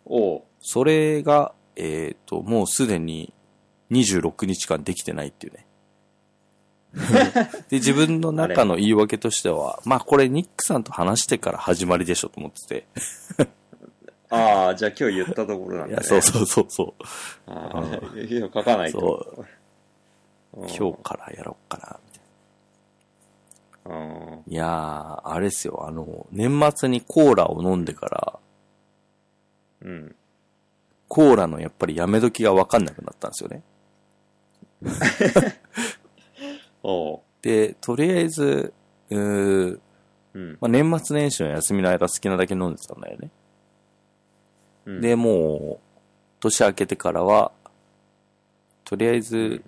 Speaker 2: おう。
Speaker 1: それが、えっ、と、もうすでに26日間できてないっていう
Speaker 2: (laughs)
Speaker 1: ね。で、自分の中の言い訳としては、まあこれニックさんと話してから始まりでしょと思ってて。
Speaker 2: ああ、じゃあ今日言ったところなん
Speaker 1: い
Speaker 2: だ、
Speaker 1: や、
Speaker 2: ね。
Speaker 1: そうそうそうそう。
Speaker 2: ああ。いや書かないと。
Speaker 1: そう
Speaker 2: うん
Speaker 1: 今日。からやろうかな、みたいな。
Speaker 2: うん。
Speaker 1: いやー、あれですよ、あの、年末にコーラを飲んでから、
Speaker 2: うん。
Speaker 1: コーラのやっぱりやめ時がわかんなくなったんですよね。
Speaker 2: おう。
Speaker 1: で、とりあえず、うー
Speaker 2: うん。
Speaker 1: まあ、年末年始の休みの間好きなだけ飲んでたんだよね。
Speaker 2: うん、
Speaker 1: で、もう、年明けてからは、とりあえず、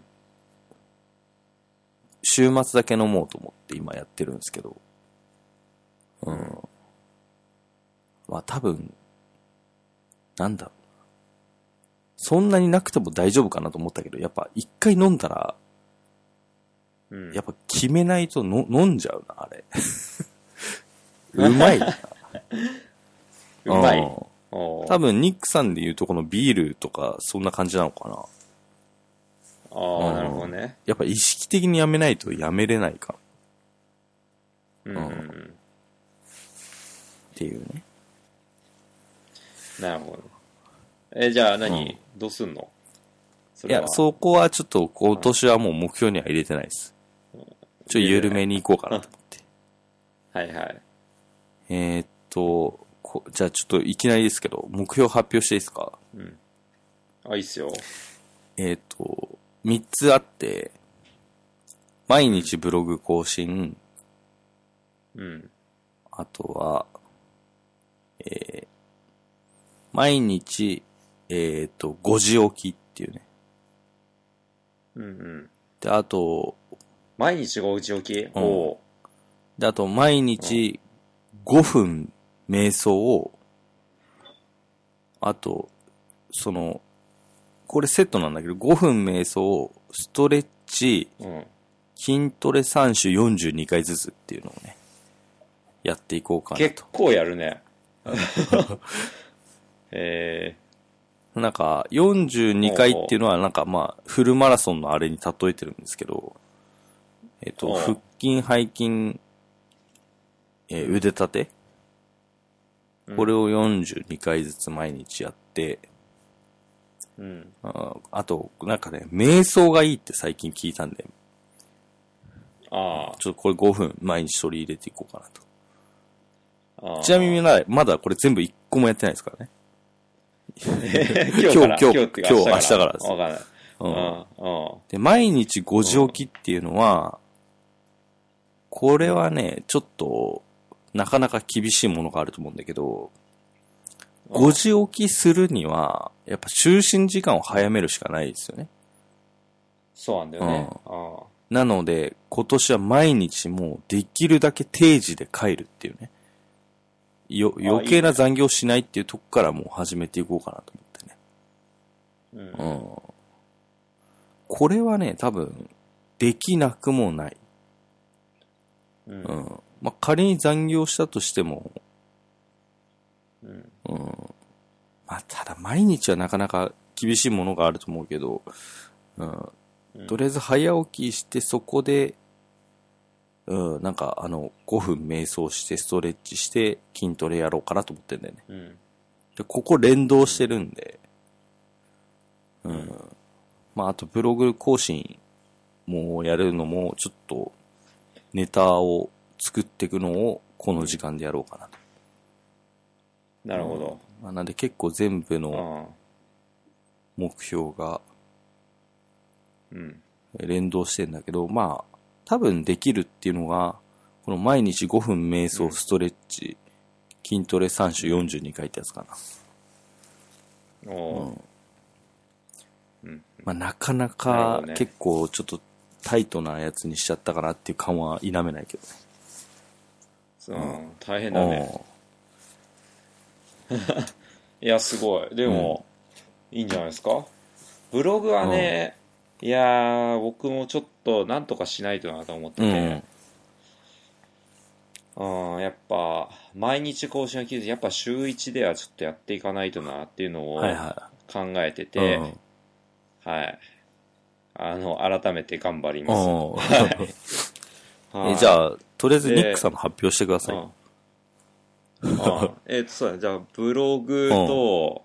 Speaker 1: 週末だけ飲もうと思って今やってるんですけど、うん。まあ多分、なんだろうな。そんなになくても大丈夫かなと思ったけど、やっぱ一回飲んだら、
Speaker 2: うん、
Speaker 1: やっぱ決めないとの飲んじゃうな、あれ。 (laughs) うまいな。
Speaker 2: うまい。
Speaker 1: ん
Speaker 2: おう
Speaker 1: 多分、ニックさんで言うとこのビールとか、そんな感じなのかな。
Speaker 2: あ
Speaker 1: う
Speaker 2: あ、
Speaker 1: ん
Speaker 2: なるほどね。
Speaker 1: やっぱ意識的にやめないとやめれないかっ
Speaker 2: うん、うん。
Speaker 1: ていうね。
Speaker 2: なるほど。え、じゃあ何、
Speaker 1: うん
Speaker 2: どうすんのそ
Speaker 1: いや、
Speaker 2: う。
Speaker 1: そこはちょっと今年はもう目標には入れてないです。ちょっと緩めに行こうかなと思って。
Speaker 2: はいはい。
Speaker 1: えーっとこ、じゃあちょっといきなりですけど、目標発表していいですか
Speaker 2: うん。あ、いいっすよ。
Speaker 1: えーっと、3つあって、毎日ブログ更新、
Speaker 2: うん。
Speaker 1: あとは、えー毎日、えーっと、5時起きっていうね。
Speaker 2: うんうん。
Speaker 1: で、あと、
Speaker 2: 毎日がうち置き、
Speaker 1: うん
Speaker 2: おう。
Speaker 1: で、あと、毎日5分瞑想を、あと、その、これセットなんだけど、5分瞑想を、ストレッチ、
Speaker 2: うん。
Speaker 1: 筋トレ3種42回ずつっていうのをね、やっていこうかな
Speaker 2: 結
Speaker 1: と。
Speaker 2: 構や
Speaker 1: (laughs)
Speaker 2: るね。え
Speaker 1: なんか、42回っていうのは、なんかまあ、フルマラソンのあれに例えてるんですけど、えっと、
Speaker 2: おう
Speaker 1: 腹筋、背筋、えー腕立て
Speaker 2: ー、
Speaker 1: これを42回ずつ毎日やって、
Speaker 2: うん。
Speaker 1: ああと、なんかね、瞑想がいいって最近聞いたんで、
Speaker 2: あ
Speaker 1: ちょっとこれ5分毎日取り入れていこうかなと。
Speaker 2: あああ。
Speaker 1: ちなみにな、まだこれ全部1個もやってないですからね。
Speaker 2: (laughs) 今日から、
Speaker 1: 今日
Speaker 2: って
Speaker 1: 今日明日からです
Speaker 2: わかんない。
Speaker 1: う。
Speaker 2: うんん。うん。
Speaker 1: で、毎日5時起きっていうのは、これはね、ちょっと、なかなか厳しいものがあると思うんだけど、5時起きするには、やっぱ就寝時間を早めるしかないですよね。
Speaker 2: そうなんだよね。あ
Speaker 1: なので、今年は毎日もうできるだけ定時で帰るっていうね。よ、
Speaker 2: あ
Speaker 1: 余計な残業しないっていうとこからもう始めていこうかなと思ってね。
Speaker 2: あ。うん。
Speaker 1: うん。これはね、多分、できなくもない。
Speaker 2: うん
Speaker 1: うん。まあ、仮に残業したとしても、
Speaker 2: うん。
Speaker 1: うん。まあ、ただ毎日はなかなか厳しいものがあると思うけど、うん。
Speaker 2: うん
Speaker 1: とりあえず早起きしてそこで、うん、なんかあの、5分瞑想してストレッチして筋トレやろうかなと思ってんだよね。
Speaker 2: うん。
Speaker 1: で、ここ連動してるんで、うん。
Speaker 2: うん
Speaker 1: まあ、あとブログ更新もやるのも、ちょっと、ネタを作っていくのを、この時間でやろうかなと。
Speaker 2: なるほど。
Speaker 1: まあ、なんで結構全部の
Speaker 2: う
Speaker 1: 目標が
Speaker 2: ん。うん。
Speaker 1: 連動してんだけど、まあ、多分できるっていうのが、この毎日5分瞑
Speaker 2: う
Speaker 1: 想、
Speaker 2: ん
Speaker 1: ストレッチ、筋トレ3種42回ってやつかな。う
Speaker 2: お
Speaker 1: ん。
Speaker 2: うん。
Speaker 1: まあ、なかな
Speaker 2: なるほ
Speaker 1: か
Speaker 2: どね
Speaker 1: 結構ちょっとタイトなやつにしちゃったかなっていう感は否めないけどね。
Speaker 2: そう大変だね。
Speaker 1: うん
Speaker 2: いや、すごい。でも、いいんじゃないですかブログはね、いやー、僕もちょっと、なんとかしないとなと思って
Speaker 1: うん
Speaker 2: て、。うん、やっぱ、毎日更新は記事、やっぱ週1ではちょっとやっていかないとなっていうのを
Speaker 1: はいは
Speaker 2: 考えて
Speaker 1: い。
Speaker 2: て、 (laughs) はい。あの、改めて頑張り
Speaker 1: う
Speaker 2: ます。
Speaker 1: ん。うん
Speaker 2: は
Speaker 1: (laughs)
Speaker 2: い
Speaker 1: えじゃあ、とりあえず
Speaker 2: で
Speaker 1: ニックさんの発表してください。
Speaker 2: うん
Speaker 1: (laughs)
Speaker 2: ああえっと、そうだね。じゃあ、ブログと、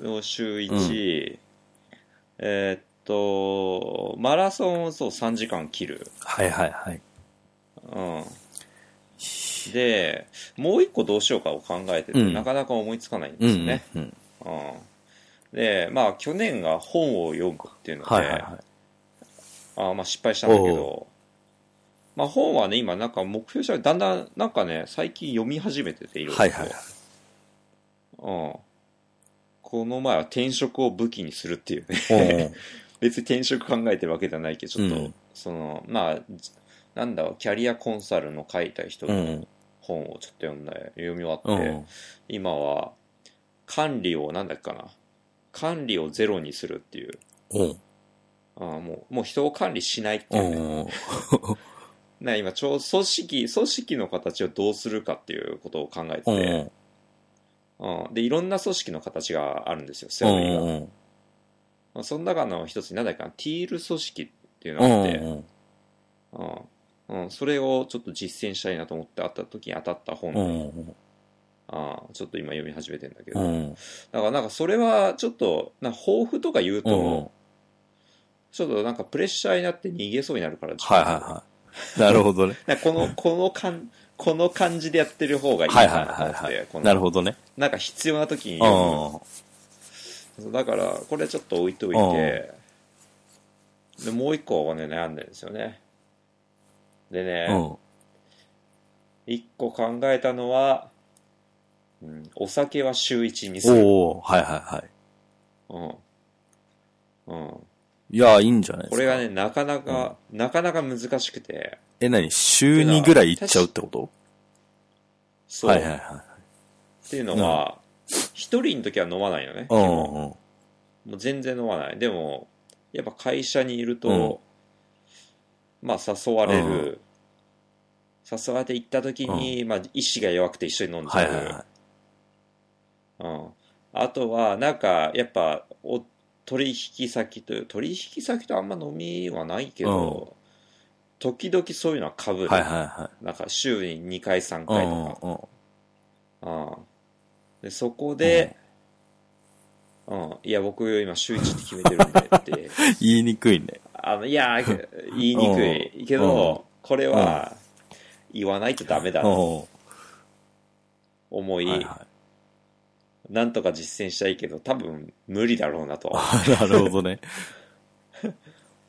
Speaker 2: の週1、えーっと、マラソンをそう3時間切る。
Speaker 1: はいはいはい。
Speaker 2: うん。で、もう一個どうしようかを考えてて、
Speaker 1: うん
Speaker 2: なかなか思いつかないん
Speaker 1: うん
Speaker 2: ですよね。
Speaker 1: うんうん
Speaker 2: うんで、まあ、去年が本を読むっていうので、
Speaker 1: はいはいはい
Speaker 2: あまあ失敗したんだけ
Speaker 1: お
Speaker 2: ど、まあ、本はね、今、なんか目標者だんだん、なんかね、最近読み始めてて、いろいろと
Speaker 1: はいはいはい
Speaker 2: うん、この前は転職を武器にするっていうね、 (laughs)
Speaker 1: おう
Speaker 2: 別に転職考えてるわけじゃないけど、ちょっと、
Speaker 1: うん
Speaker 2: その、まあ、なんだろう、キャリアコンサルの書いた人
Speaker 1: う
Speaker 2: の
Speaker 1: ん
Speaker 2: 本をちょっと読んだ、読み終わって、
Speaker 1: うん
Speaker 2: 今は管理をなんだっけかな管理をゼロにするっていう
Speaker 1: うん
Speaker 2: あーもうもう人を管理しないっていうね
Speaker 1: うん
Speaker 2: ね今ちょう組織組織の形をどうするかっていうことを考えて
Speaker 1: う
Speaker 2: て、
Speaker 1: ん
Speaker 2: うんでいろんな組織の形があるんですよセオリーが、
Speaker 1: うん
Speaker 2: まあその中の一つになんだっけかなティール組織っていうの
Speaker 1: う
Speaker 2: があ
Speaker 1: ん
Speaker 2: って、
Speaker 1: うん
Speaker 2: うんうん、それをちょっと実践したいなと思ってあった時に当たった本
Speaker 1: う
Speaker 2: で、
Speaker 1: ん
Speaker 2: あーちょっと今読み始めてんだけど、
Speaker 1: うん
Speaker 2: だからなんかそれはちょっとなんか抱負とか言うと、
Speaker 1: うん
Speaker 2: ちょっとなんかプレッシャーになって逃げそうになるから、
Speaker 1: はいはいはいなるほどね
Speaker 2: なんかこの、このかん、この感じでやってる方がいい
Speaker 1: はいは
Speaker 2: ないと思
Speaker 1: は
Speaker 2: っ
Speaker 1: い
Speaker 2: て、
Speaker 1: はい
Speaker 2: この
Speaker 1: なるほどね
Speaker 2: なんか必要な時に
Speaker 1: う
Speaker 2: 読
Speaker 1: ん
Speaker 2: むだから、これちょっと置いといて、で、もう一個はね、悩んでるんですよね。でね、
Speaker 1: うん
Speaker 2: 一個考えたのは、うん、お酒は週一にする。
Speaker 1: おおはいはいはい
Speaker 2: うん。うん。
Speaker 1: いや、いいんじゃないですか。
Speaker 2: これがね、なかなか、なかなか難しくて、
Speaker 1: え、何週2ぐらい行っちゃうってこと
Speaker 2: そう。
Speaker 1: はいはいは
Speaker 2: っていうのは、一人の時は飲まないよね。
Speaker 1: い。うんうん。
Speaker 2: もう全然飲まない。でも、やっぱ会社にいると、まあ誘われる。誘われて行った時に、まあ意志が弱くて一緒に飲んじ
Speaker 1: は
Speaker 2: ゃ。
Speaker 1: いうはいは
Speaker 2: うん。あとは、なんか、やっぱ、お、取引先という、取引先とあんま飲みはないけど、時々そういうのは被
Speaker 1: い。
Speaker 2: る。
Speaker 1: はいは
Speaker 2: なんか週に2回3
Speaker 1: いは
Speaker 2: 回
Speaker 1: い。う
Speaker 2: と
Speaker 1: ん
Speaker 2: か。
Speaker 1: うんうん。
Speaker 2: うんでそこで、うん、いや、僕今週一って決めてるん
Speaker 1: (laughs)
Speaker 2: でって、
Speaker 1: 言いにくいね。
Speaker 2: あの、いや、言いにくいけど、これは言わないとダメだ
Speaker 1: うん
Speaker 2: と思い、
Speaker 1: はいは
Speaker 2: なんとか実践したいけど、多分無理だろうなと。っ
Speaker 1: い。なるほどね。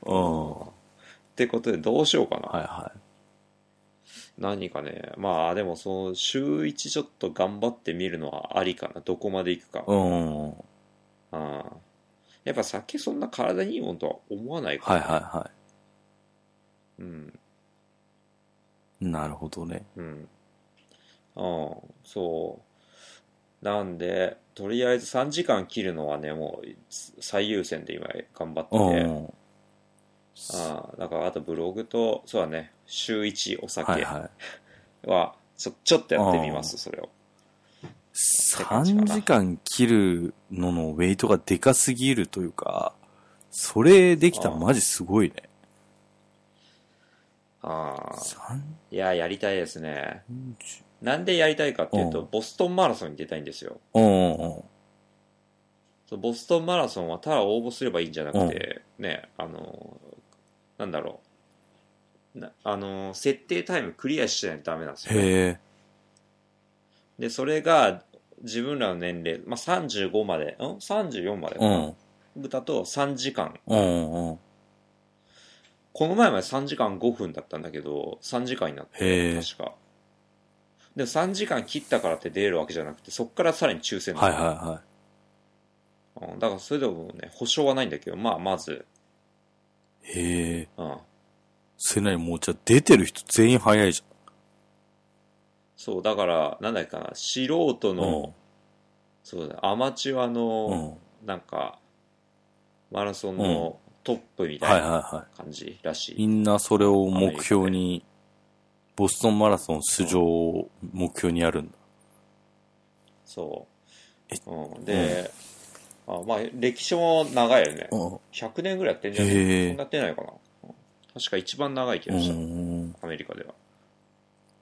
Speaker 1: うん。は
Speaker 2: てことで、どうしようかな。
Speaker 1: いは
Speaker 2: 何かね、まあでも、その、週一ちょっと頑張ってみるのはありかな。どこまでいくか。
Speaker 1: い。うん。はい
Speaker 2: うんやっぱ酒そんな体にいいもんとは思わないか
Speaker 1: はい
Speaker 2: ら、
Speaker 1: は
Speaker 2: うん。
Speaker 1: い。なるほどね。
Speaker 2: うん。うん、そう。なんで、とりあえず3時間切るのはね、もう最優先で今頑張
Speaker 1: う
Speaker 2: ってて、
Speaker 1: ん。
Speaker 2: ああだからあとブログと、そうだね、週1お
Speaker 1: はい
Speaker 2: 酒
Speaker 1: はい。
Speaker 2: は、ちょちょっとやってみます、それを。
Speaker 1: 3時間切るののウェイトがでかすぎるというか、それできたらマジすごいね。
Speaker 2: ああ
Speaker 1: 3
Speaker 2: いや、やりたいですね。
Speaker 1: 時
Speaker 2: なんでやりたいかっていうと、
Speaker 1: うん
Speaker 2: ボストンマラソンに出たいんですよ。
Speaker 1: うんうんうん。
Speaker 2: そうボストンマラソンはただ応募すればいいんじゃなくて、ね、あの、なんだろう。なあの、設定タイムクリアしないとダメなんですよ。
Speaker 1: へえ。
Speaker 2: で、それが自分らの年齢、まあ、35まで、ん ?34 まで
Speaker 1: う。ん。
Speaker 2: 豚と3時間。
Speaker 1: うんうん。
Speaker 2: この前まで3時間5分だったんだけど、3時間になって、
Speaker 1: へえ。
Speaker 2: 確か。でも3時間切ったからって出れるわけじゃなくて、そっからさらに抽選
Speaker 1: はい
Speaker 2: だ、
Speaker 1: はいはい。
Speaker 2: うん、だからそれでもね、保証はないんだけど、まあ、まず、
Speaker 1: へえ。
Speaker 2: うん。
Speaker 1: それなりもうじゃあ出てる人全員早いじ
Speaker 2: そう、だから、なんだっけかな、素人
Speaker 1: ゃん。
Speaker 2: の、そうだ、アマチュア
Speaker 1: うん。う
Speaker 2: の、
Speaker 1: ん。
Speaker 2: なんか、マラソンのトップみた
Speaker 1: はいはい
Speaker 2: いな
Speaker 1: は
Speaker 2: 感じらしい。
Speaker 1: い。みんなそれを目標に、ボストンマラソン出場を目標にやるんだ。
Speaker 2: そう。うん、で、あまあ、歴史も長いよね。
Speaker 1: うん。
Speaker 2: 100年ぐらいやってんじゃない
Speaker 1: へ
Speaker 2: そん
Speaker 1: え
Speaker 2: な。やってないかな。うん確か一番長い気
Speaker 1: う
Speaker 2: がした、
Speaker 1: ん。
Speaker 2: アメリカで
Speaker 1: ち
Speaker 2: は。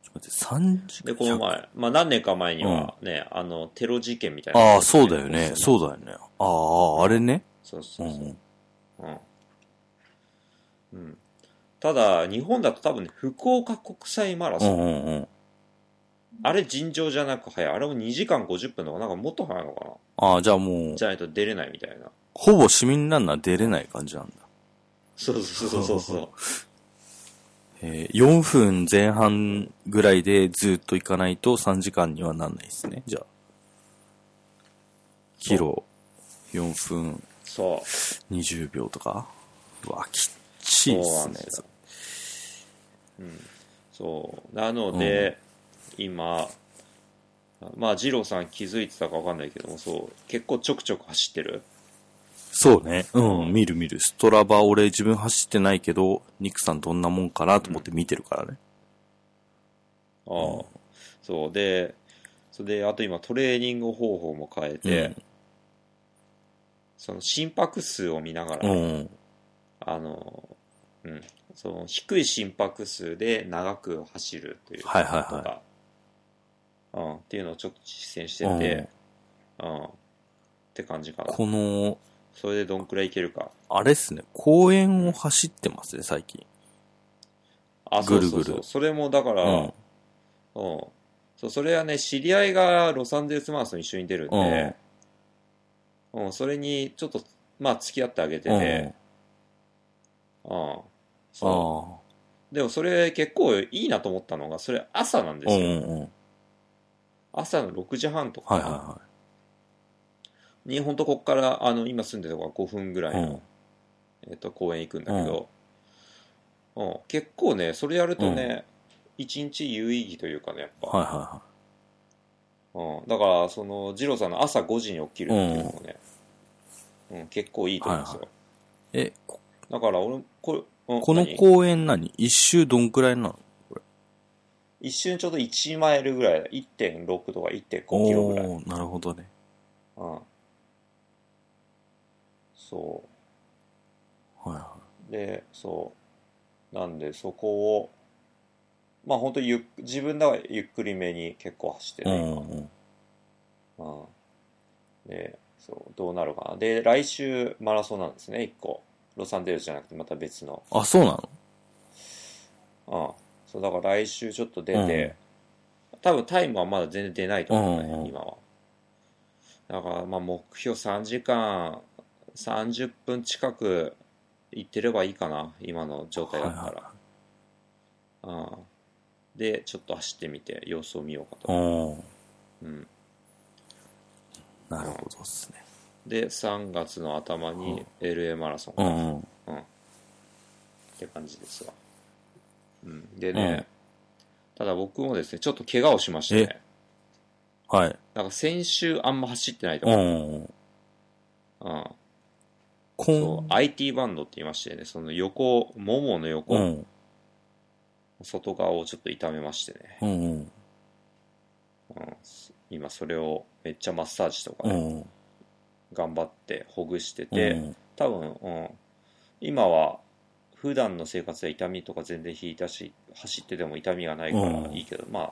Speaker 1: ょっと待って、3時
Speaker 2: で、この前、まあ何年か前にはね、あの、テロ事件みたいな、
Speaker 1: ああ、そうだよね。
Speaker 2: う。
Speaker 1: そうだよね。ああ、あれね。
Speaker 2: そう
Speaker 1: う
Speaker 2: そうそう。
Speaker 1: ん。
Speaker 2: うん。うん。ただ、日本だと多分ね、福岡国際マラ
Speaker 1: う
Speaker 2: ソン
Speaker 1: んうんうん。
Speaker 2: あれ尋常じゃなく早い。あれも2時間50分とか、なんかもっと早いのか
Speaker 1: ああ、じゃあもう
Speaker 2: な。じ、ゃないと出れないみたいな。
Speaker 1: ほぼ市民ランナー出れない感じなんだ。
Speaker 2: そうそうそうそうそう。
Speaker 1: えー4分前半ぐらいでずっと行かないと3時間にはなんないですね。じゃあ。キロ4分
Speaker 2: そう。
Speaker 1: 20秒とか。うわ、きっちいっ
Speaker 2: そうな
Speaker 1: す
Speaker 2: ん
Speaker 1: ね
Speaker 2: で。すようん、そうなので、今まあ二郎さん気づいてたか分かんないけどもそう結構ちょくちょく走ってる
Speaker 1: そうね。うん、見る見る。ストラバ俺自分走ってないけど、ニクさんどんなもんかなと思って見てるからね。
Speaker 2: ああ、そうでそれであと今トレーニング方法も変えて、
Speaker 1: うん
Speaker 2: その心拍数を見ながら、
Speaker 1: うん。
Speaker 2: あのうんその低い心拍数で長く走るという
Speaker 1: はいはい
Speaker 2: と
Speaker 1: は
Speaker 2: か、うん、っていうのをちょっと実践し
Speaker 1: い。
Speaker 2: て
Speaker 1: うん
Speaker 2: て、うん、って感じかな
Speaker 1: この、
Speaker 2: それでどんくらいいけるか。
Speaker 1: あれっすね。公園を走ってますね、最近。
Speaker 2: あ、
Speaker 1: ぐ
Speaker 2: そう
Speaker 1: る
Speaker 2: そ
Speaker 1: ぐる
Speaker 2: うそう。それもだから、
Speaker 1: う
Speaker 2: うんん。。そう、それはね、知り合いがロサンゼルスマラソン一緒に出るんで、うん、それにちょっと、まあ、付き合ってあげて
Speaker 1: うん。
Speaker 2: て、うん。
Speaker 1: あ
Speaker 2: そ
Speaker 1: あ。
Speaker 2: う。でもそれ結構いいなと思ったのが、それ朝なんで
Speaker 1: うんう
Speaker 2: すよ。
Speaker 1: んうん。
Speaker 2: 朝の6時半と
Speaker 1: はいはい
Speaker 2: か
Speaker 1: は
Speaker 2: に、ほんとこっから、あの、今住んでるとこが5分ぐら
Speaker 1: い。
Speaker 2: いの、えっと、公園行くんだけど、うん。結構ね、それやるとね、一日有意義というかね、やっぱ。
Speaker 1: はいは
Speaker 2: うん、だからその二郎さんの朝5時に起きるっていうのもね、うん結構いいと思うんですよ、
Speaker 1: いはい。え、こ
Speaker 2: だから俺もこれ、うん
Speaker 1: この
Speaker 2: 何
Speaker 1: 公園何一周どんくらいなの
Speaker 2: 一瞬ちょうど1マイルぐらい1.6とか1.5キロぐらい、うん、
Speaker 1: おーなるほどね。
Speaker 2: そ
Speaker 1: はいは
Speaker 2: うでそうなんでそこをまあ本当ゆっ自分だからゆっくりめに結構走って
Speaker 1: い。うん
Speaker 2: る、
Speaker 1: うん。
Speaker 2: うんでそうどうなるかなで来週マラソンなんですね1個ロサンゼルスじゃなくてまた別の
Speaker 1: あ、そうなの
Speaker 2: うん。そう、だから来週ちょっと出て、多分タイムはまだ全然出ないと思うね、
Speaker 1: うんうん
Speaker 2: 今は。だから、まあ、目標3時間、30分近く行ってればいいかな、今の状態だったら。
Speaker 1: はい
Speaker 2: うん。で、ちょっと走ってみて、様子を見ようかと。
Speaker 1: うん。
Speaker 2: うん。
Speaker 1: なるほどっすね。
Speaker 2: で、3月の頭に LA マラソンか
Speaker 1: う
Speaker 2: な、
Speaker 1: んうん。
Speaker 2: って感じですわ。うん。でね、ただ僕もですね、ちょっと怪我をしましてね。
Speaker 1: はい。
Speaker 2: なんか先週あんま走ってないと
Speaker 1: う
Speaker 2: 思う。
Speaker 1: んうん。
Speaker 2: うん。
Speaker 1: こ
Speaker 2: そう、
Speaker 1: ん、
Speaker 2: IT バンドって言いましてね、その横、ももの横、
Speaker 1: うん。
Speaker 2: 外側をちょっと痛めましてね、
Speaker 1: うんうん。
Speaker 2: うん今それをめっちゃマッサージとか
Speaker 1: う
Speaker 2: ね
Speaker 1: んうん。
Speaker 2: 頑張ってほぐして
Speaker 1: う
Speaker 2: て、
Speaker 1: ん
Speaker 2: 多分、うん、今は普段の生活で痛みとか全然引いたし、走ってても痛みがないからいいけど、まあ、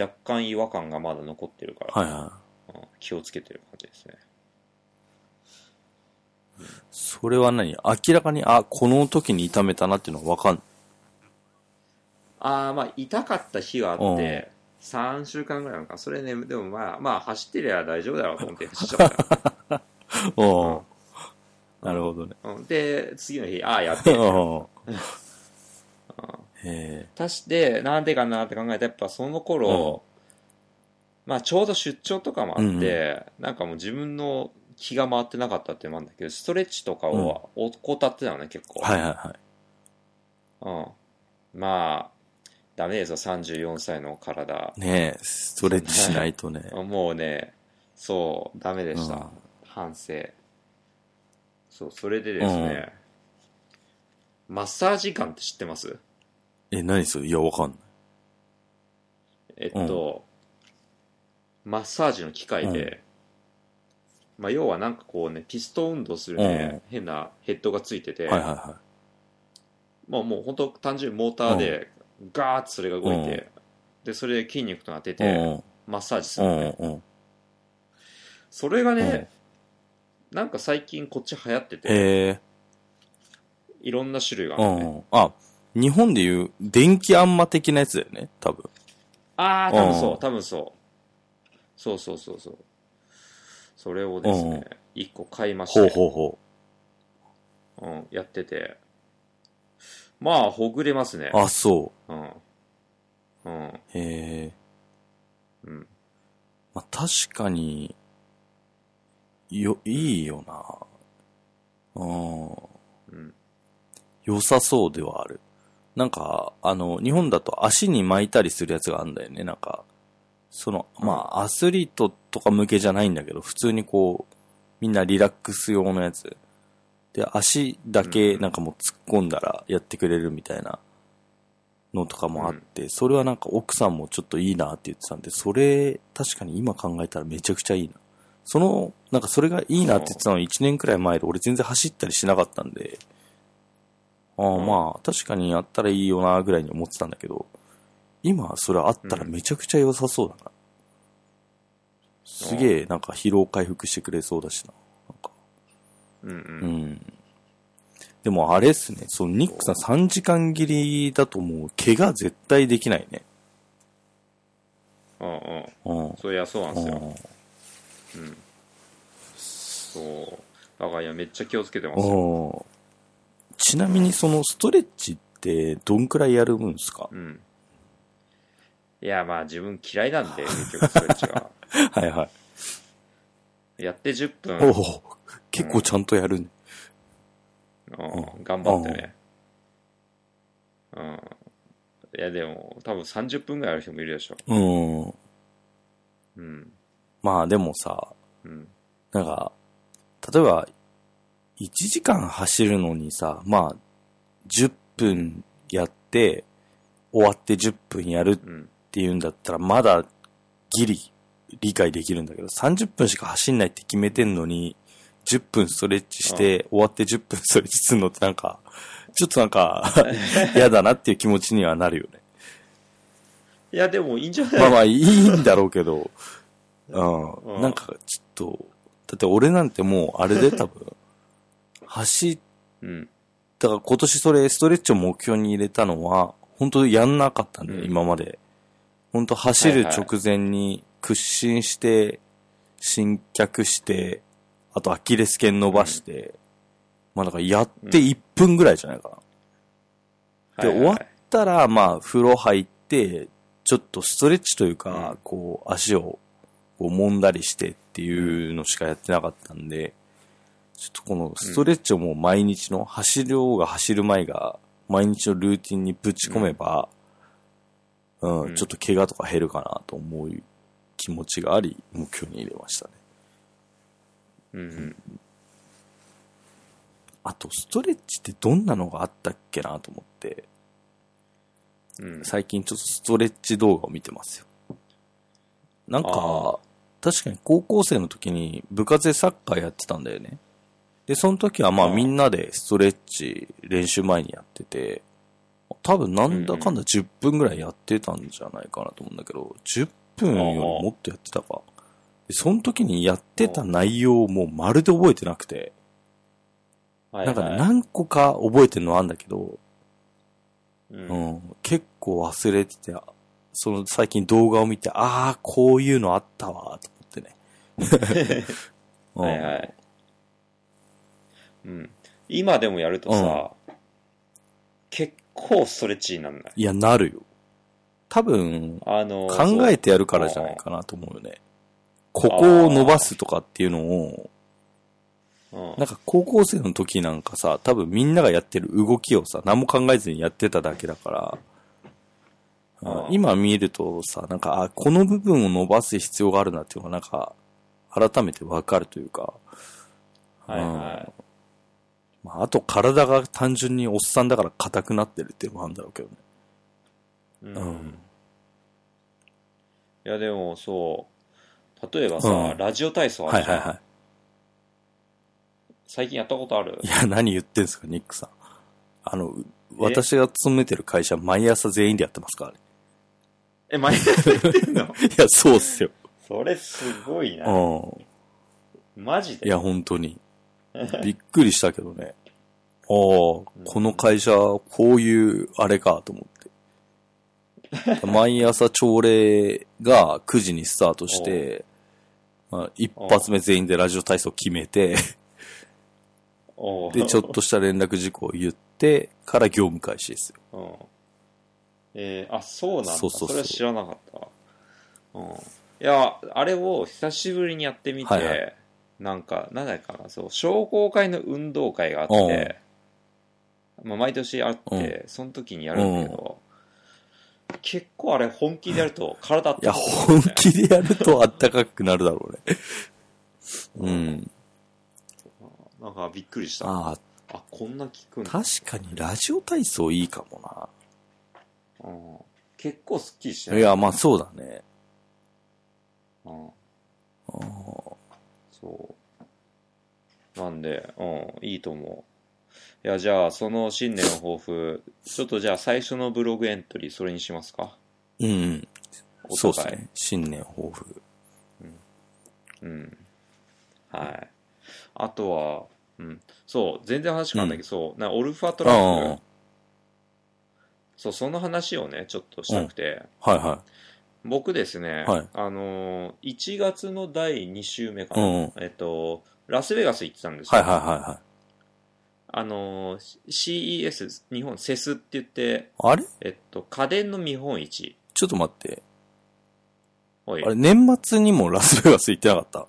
Speaker 2: 若干違和感がまだ残ってるから、
Speaker 1: はいは
Speaker 2: うん気をつけてる感じですね。
Speaker 1: い。それは何明らかに、あ、この時に痛めたなっていうのはわかん
Speaker 2: ああまあ痛かった日があって、3週間ぐらいなのかそれねでもまあまあ走ってりゃ大丈夫だろうと思って走っちゃった
Speaker 1: うん。 (laughs) なるほどね。
Speaker 2: うんうんで次の日ああやっ
Speaker 1: う
Speaker 2: て
Speaker 1: ん。 (laughs) へえ。
Speaker 2: 足してなんでかなって考えたらやっぱその頃、まあちょうど出張とかもあって、なんかもう自分の気が回ってなかったっていうのもあるんだけどストレッチとかを怠ってたのね結構、
Speaker 1: はいはいはい。
Speaker 2: うん、まあダメですよ34歳の体
Speaker 1: ねえ、ストレッチしないとね。
Speaker 2: もうね、そう、ダメでした。
Speaker 1: うん
Speaker 2: 反省。そう、それでですね、マッサージガンって知ってます
Speaker 1: え、何それいや、わかんない。
Speaker 2: えっと、マッサージの機械で、まあ、要はなんかこうね、ピストン運動するね、変なヘッドがついてて、
Speaker 1: はいはいは
Speaker 2: まあもう本当単純にモーターで、ガーッとそれが動いて、で、それで筋肉と当て
Speaker 1: い。うん
Speaker 2: て、マッサージす
Speaker 1: う
Speaker 2: る
Speaker 1: ん
Speaker 2: のね。
Speaker 1: うんうん。
Speaker 2: それがね、なんか最近こっち流行ってて、
Speaker 1: へえ。
Speaker 2: いろんな種類があ
Speaker 1: う
Speaker 2: るのね。
Speaker 1: ん。あ、日本でいう電気あんま的なやつだよね、多分。
Speaker 2: ああ、多分
Speaker 1: う
Speaker 2: そ
Speaker 1: ん
Speaker 2: う、多分そう。そうそうそうそう。それをですね、一個買いまして、
Speaker 1: ほうほうほ
Speaker 2: うん、やってて。まあ、ほぐれますね
Speaker 1: う。。あ、そ
Speaker 2: うん。うん。
Speaker 1: う。へえ。
Speaker 2: うん。
Speaker 1: まあ、確かに、よ、いいよな。うん。
Speaker 2: うん。
Speaker 1: 良さそうではある。なんか、あの、日本だと足に巻いたりするやつがあるんだよね。なんか、その、まあ、アスリートとか向けじゃないんだけど、普通にこう、みんなリラックス用のやつ。で、足だ
Speaker 2: うん
Speaker 1: け
Speaker 2: うん
Speaker 1: なんかもう突っ込んだらやってくれるみたいなのとかもあって、それはなんか奥さんもちょっといいなって言ってたんで、それ、確かに今考えたらめちゃくちゃいいな。その、なんかそれがいいなって言ってたの1年くらい前で、俺全然走ったりしなかったんで、ああ、
Speaker 2: うん
Speaker 1: まあ、確かにやったらいいよな、ぐらいに思ってたんだけど、今、それあったらめちゃくちゃ良さそうだな。すげえ、なんか疲労回復してくれそうだしな。なんか
Speaker 2: うん。う。
Speaker 1: うんん。でもあれっすね、そのニックさん3時間切りだともう怪我絶対できないね。
Speaker 2: うん。うん。
Speaker 1: うん。
Speaker 2: そりゃそうなんですよ。
Speaker 1: うん
Speaker 2: うん。そう。だから、いや、めっちゃ気をつけてますよ。
Speaker 1: うんちなみにそのストレッチってどんくらいやるんですか
Speaker 2: うん。いや、まあ、自分嫌いなんで、結局、それ違
Speaker 1: (laughs)
Speaker 2: う。
Speaker 1: はいはい。
Speaker 2: やって10
Speaker 1: お
Speaker 2: 分、
Speaker 1: お結構ちゃんとやるね。
Speaker 2: うん、頑張ってね。うん。いや、でも、多分30分ぐらいある人もいるでしょ。
Speaker 1: うん。
Speaker 2: うん。
Speaker 1: まあでもさ、
Speaker 2: うん。
Speaker 1: なんか、例えば、1時間走るのにさ、まあ、10分やって、終わって10分やるっ
Speaker 2: うん。
Speaker 1: ていうんだったら、まだギリ理解できるんだけど、30分しか走んないって決めてんのに、10分ストレッチして、終わって10分ストレッチするのってなんか、ちょっとなんか、 (laughs) 嫌だなっていう気持ちにはなるよ
Speaker 2: (laughs)
Speaker 1: ね。
Speaker 2: いや、でも、いいんじゃない
Speaker 1: まあまあ、いいんだろうけど、う。
Speaker 2: うんん
Speaker 1: なんか、ちょっと、だって俺なんてもう、あれで多
Speaker 2: (laughs)
Speaker 1: 分、走っ
Speaker 2: うん。
Speaker 1: だから今年それストレッチを目標に入れたのは、本当やんなかったんだよ、
Speaker 2: うん
Speaker 1: 今まで。本当走る
Speaker 2: はいはい
Speaker 1: 直前に屈伸して、伸脚して、あとアキレス腱伸ばして、まあだからやって1分ぐらいじゃないかな。で
Speaker 2: はいは
Speaker 1: 終
Speaker 2: い
Speaker 1: わったら、まあ風呂入って、ちょっとストレッチというか、
Speaker 2: うん
Speaker 1: こう足をこう揉んだりしてっていうのしかやってなかったんで、ちょっとこのストレッチをもう毎日の、走る方が走る前が、毎日のルーティンにぶち込めば、うん、
Speaker 2: うん
Speaker 1: ちょっと怪我とか減るかなと思う気持ちがあり、目標に入れましたね。
Speaker 2: うんうん。
Speaker 1: あと、ストレッチってどんなのがあったっけなと思って、
Speaker 2: うん。
Speaker 1: 最近ちょっとストレッチ動画を見てますよ。なん
Speaker 2: あ
Speaker 1: か、確かに高校生の時に部活でサッカーやってたんだよね。で、その時はま
Speaker 2: あ
Speaker 1: あ
Speaker 2: あ
Speaker 1: みんなでストレッチ練習前にやってて、多分なんだかんだ10分ぐらいやってたんじゃないかなと思うんだけど、10分よりもっとやってたか。で、その時にやってた内容をもうまるで覚えてなくて、
Speaker 2: はい
Speaker 1: な
Speaker 2: は
Speaker 1: んかね
Speaker 2: い
Speaker 1: 何個か覚えてるのはあんだけど、
Speaker 2: うん
Speaker 1: うん、結構忘れてて、あその最近動画を見て、ああ、こういうのあったわ、と思ってね。
Speaker 2: (laughs)
Speaker 1: うん
Speaker 2: はいはい。うん。今でもやるとさ、結構ストレッチになんない。
Speaker 1: いや、なるよ。多分、
Speaker 2: あの、
Speaker 1: 考え
Speaker 2: て、
Speaker 1: てやるからじゃないかなと思うよね。ここを伸ばすとかっていうのを、
Speaker 2: うん
Speaker 1: なんか高校生の時なんかさ、多分みんながやってる動きをさ、何も考えずにやってただけだから、
Speaker 2: ああ
Speaker 1: 今見るとさ、なんか、あ、この部分を伸ばす必要があるなっていうのがなんか、改めてわかるというか、
Speaker 2: はいは
Speaker 1: まあ、あと体が単純におっさんだから硬くなってるっていうのもあるんだろうけどね。
Speaker 2: い。う
Speaker 1: うんん。
Speaker 2: いやでもそう、例えばさ
Speaker 1: う、ん
Speaker 2: ラジオ体操あ
Speaker 1: はい
Speaker 2: るじ
Speaker 1: はい
Speaker 2: ゃん。
Speaker 1: は
Speaker 2: 最近やったことある
Speaker 1: い。いや、何言ってんすか、ニックさん。あの、私が勤めてる会社、毎朝全員でやってますからね。
Speaker 2: え、毎朝やって
Speaker 1: (laughs)
Speaker 2: んの
Speaker 1: いや、そうっすよ。
Speaker 2: それすごいな。
Speaker 1: う
Speaker 2: マジ
Speaker 1: ん。い
Speaker 2: で
Speaker 1: や、本当に。びっくりしたけどね。ああ、この会社、こういう、あれか、と思って。毎朝朝礼が9時にスタートして、まあ、一発目全員でラジオ体操決めて、
Speaker 2: おー
Speaker 1: で、ちょっとした連絡事項を言ってから業務開始ですよ。
Speaker 2: うん。えーあ、そうなんだ。
Speaker 1: そそ
Speaker 2: そう
Speaker 1: うそう
Speaker 2: れは知らなかったわ。うん。いや、あれを久しぶりにやってみて、
Speaker 1: はいは
Speaker 2: なんか、なんだっけかな、そう、商工会の運動会があって、まあ、毎年あって、その時にやるんだけど、結構あれ本気でやると体あっ
Speaker 1: い
Speaker 2: た
Speaker 1: や、
Speaker 2: かくなる
Speaker 1: 本
Speaker 2: んだよね
Speaker 1: 気でやるとあったかくなるだろうね。うん。
Speaker 2: なんかびっくりした。あ
Speaker 1: ああ、
Speaker 2: こんな効くんだ。
Speaker 1: 確かにラジオ体操いいかも
Speaker 2: うん、結構すっきりして
Speaker 1: な。
Speaker 2: る。
Speaker 1: いや、まあそうだね。
Speaker 2: うん
Speaker 1: あー
Speaker 2: そう。なんで、うん、いいと思う。いや、じゃあ、その新年の抱負、ちょっとじゃあ最初のブログエントリー、それにしますか。
Speaker 1: うんうん。
Speaker 2: お
Speaker 1: そう
Speaker 2: 互
Speaker 1: で
Speaker 2: い
Speaker 1: すね。新年抱負。
Speaker 2: うん。はい。あとは、うん。そう、全然話変わるんだけど、そう、なオルファトラッ
Speaker 1: あ
Speaker 2: ク、そう、その話をね、ちょっとしたくて、
Speaker 1: あ、はいは
Speaker 2: 僕ですね、
Speaker 1: はい
Speaker 2: あのー、1月の第2週目かな、
Speaker 1: うんうん
Speaker 2: えっと、ラスベガス行ってたんです
Speaker 1: い。は
Speaker 2: よ。
Speaker 1: いはいはいはい。
Speaker 2: あのー、C- CES、日本、セスって言って、
Speaker 1: あれ
Speaker 2: えっと、家電の見本市。
Speaker 1: ちょっと待って。
Speaker 2: おい
Speaker 1: あれ、年末にもラ (laughs) スベガス行ってなかった。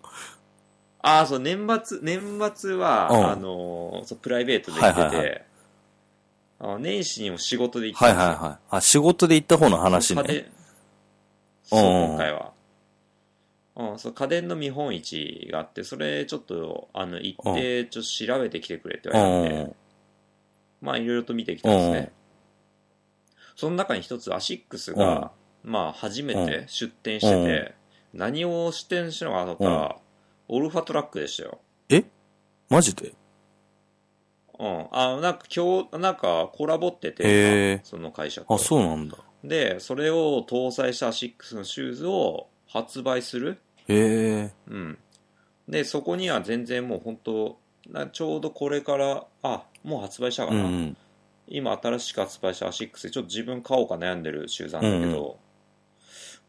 Speaker 2: ああ、そう、年末、年末は、
Speaker 1: うん
Speaker 2: あのーそう、プライベートで行ってて、
Speaker 1: はいはいは
Speaker 2: あの年始にも仕事で行って
Speaker 1: はいはいはい。あ、仕事で行った方の話
Speaker 2: 家
Speaker 1: ね。
Speaker 2: 電そう、
Speaker 1: うんうん
Speaker 2: 今回は。うん、そう、家電の見本市があって、それちょっと、あの、行って、ちょっと調べてきてくれって
Speaker 1: う
Speaker 2: 言わ
Speaker 1: ん
Speaker 2: れ
Speaker 1: う
Speaker 2: たんで、
Speaker 1: ん。
Speaker 2: まあ、いろいろと見てきたんです
Speaker 1: うん
Speaker 2: ね。その中に一つ、アシックスが、まあ、初めて出店してて、何を出店したのかなとか、オルファトラックでしたよ。
Speaker 1: マジで
Speaker 2: うん。あなんか、今日、なんか、コラボって
Speaker 1: へ
Speaker 2: て
Speaker 1: ー、
Speaker 2: その会社と
Speaker 1: あ、そうなんだ。
Speaker 2: で、それを搭載した6のシューズを発売する。
Speaker 1: へえ。
Speaker 2: うん。で、そこには全然もう本当なちょうどこれから、あ、もう発売したか
Speaker 1: う
Speaker 2: な。
Speaker 1: ん
Speaker 2: 今新しく発売した6でちょっと自分買おうか悩んでるシューズなんだけど、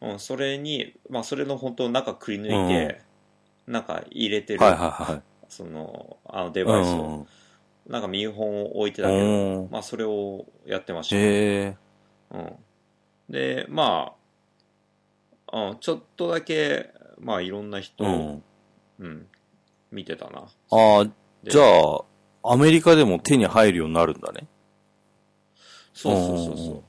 Speaker 2: うん、それに、まあ、それの本当中くり抜いて、なんか入れて
Speaker 1: うん。
Speaker 2: る、
Speaker 1: はいはいは
Speaker 2: その、あのデ
Speaker 1: い。
Speaker 2: バイス
Speaker 1: う
Speaker 2: を、
Speaker 1: ん
Speaker 2: なんか見本を置いてたけど、
Speaker 1: うん。
Speaker 2: まあ、それをやってました。
Speaker 1: へえ。
Speaker 2: うん、で、まあ、うん、ちょっとだけ、まあ、いろんな人
Speaker 1: う
Speaker 2: を、
Speaker 1: ん。
Speaker 2: うん、見てたな。
Speaker 1: ああ、
Speaker 2: で
Speaker 1: じゃあ、アメリカでも手に入るようになるんだね。
Speaker 2: そうそうそう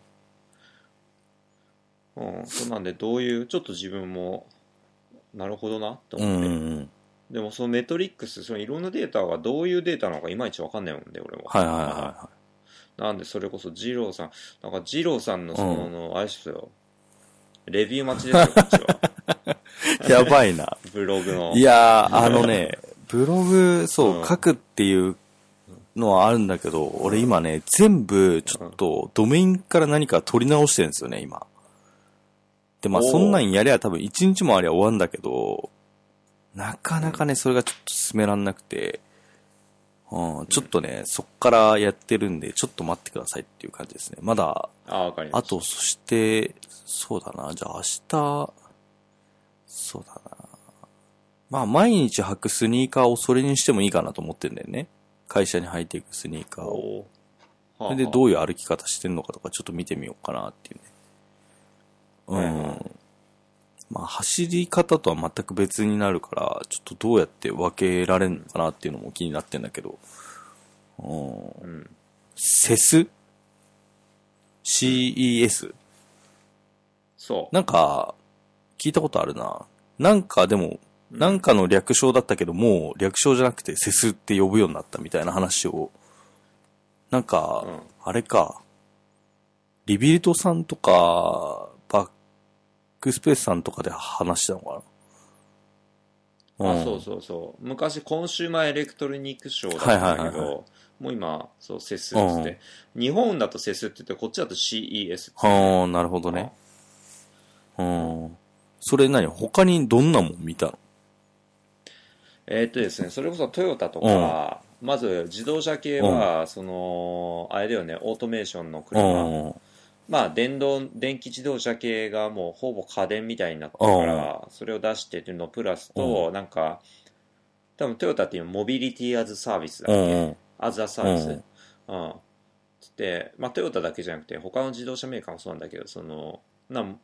Speaker 2: そう。うん、そうなんで、どういう、ちょっと自分も、なるほどな、と
Speaker 1: うん
Speaker 2: 思って。
Speaker 1: うん。
Speaker 2: でも、そのメトリックス、そのいろんなデータがどういうデータなのかいまいちわかんないもんで、俺は。
Speaker 1: はいはいは
Speaker 2: なんで、それこそ、二郎さん、なんか、二郎さんの、その、
Speaker 1: う
Speaker 2: あれですよ、レビュー待ちですよ、こっちは。
Speaker 1: いはい。やばいな。
Speaker 2: ブログの。
Speaker 1: (laughs) いやー、あの
Speaker 2: (laughs)
Speaker 1: ね、ブログ、そう、
Speaker 2: うん
Speaker 1: 書くっていうのはあるんだけど、俺今ね、全部、ちょっと、ドメインから何か取り直してるんですよね、今。で、まあ、
Speaker 2: おー
Speaker 1: そんなんやりゃ多分一日もありゃ終わんだけど、なかなかね、それがちょっと進めらんなくて、うん、ちょっとね、そっからやってるんで、ちょっと待ってくださいっていう感じですね。まだ、
Speaker 2: あ、わかりま
Speaker 1: あ
Speaker 2: す。
Speaker 1: と、そして、そうだな、じゃあ明日、そうだな。まあ、毎日履くスニーカーをそれにしてもいいかなと思ってんだよね。会社に履いていくスニーカーを。
Speaker 2: おー
Speaker 1: そ
Speaker 2: は
Speaker 1: れ
Speaker 2: あ
Speaker 1: で、
Speaker 2: はあ
Speaker 1: どういう歩き方してんのかとか、ちょっと見てみようかなっていう
Speaker 2: は
Speaker 1: ね。
Speaker 2: いうは
Speaker 1: ん。まあ、走り方とは全く別になるから、ちょっとどうやって分けられるのかなっていうのも気になってんだけど。うん。
Speaker 2: うん。
Speaker 1: セス ?CES?
Speaker 2: そう。
Speaker 1: なんか、聞いたことあるな。なんかでも、
Speaker 2: うん
Speaker 1: なんかの略称だったけど、もう略称じゃなくてセスって呼ぶようになったみたいな話を、なんか、
Speaker 2: うん
Speaker 1: あれか、リビルトさんとか、バックスペースさんとかで話したのかな。
Speaker 2: あ、そう
Speaker 1: そ
Speaker 2: そうそう。昔、コンシューマーエレクトロニクショーだったんだ
Speaker 1: はいはい
Speaker 2: け
Speaker 1: はいは
Speaker 2: ど、もう今、そう、セスっつって。日本だとセスって言って、こっちだと CES っつって。
Speaker 1: はあ、なるほどね。うん。それ何他にどんなもん見たの
Speaker 2: えーっとですね、それこそトヨタとか、まず自動車系は、その、あれだよね、オートメーションの車。
Speaker 1: うん。
Speaker 2: まあ、電動、電気自動車系がもうほぼ家電みたいになったから、それを出してっていうのプラスと、なんか、多分トヨタっていうモビリティアズサービスだ
Speaker 1: う
Speaker 2: っ
Speaker 1: ん
Speaker 2: け、
Speaker 1: うん。
Speaker 2: アズアサービス。うん。つって、まあ、トヨタだけじゃなくて、他の自動車メーカーもそうなんだけど、その、なん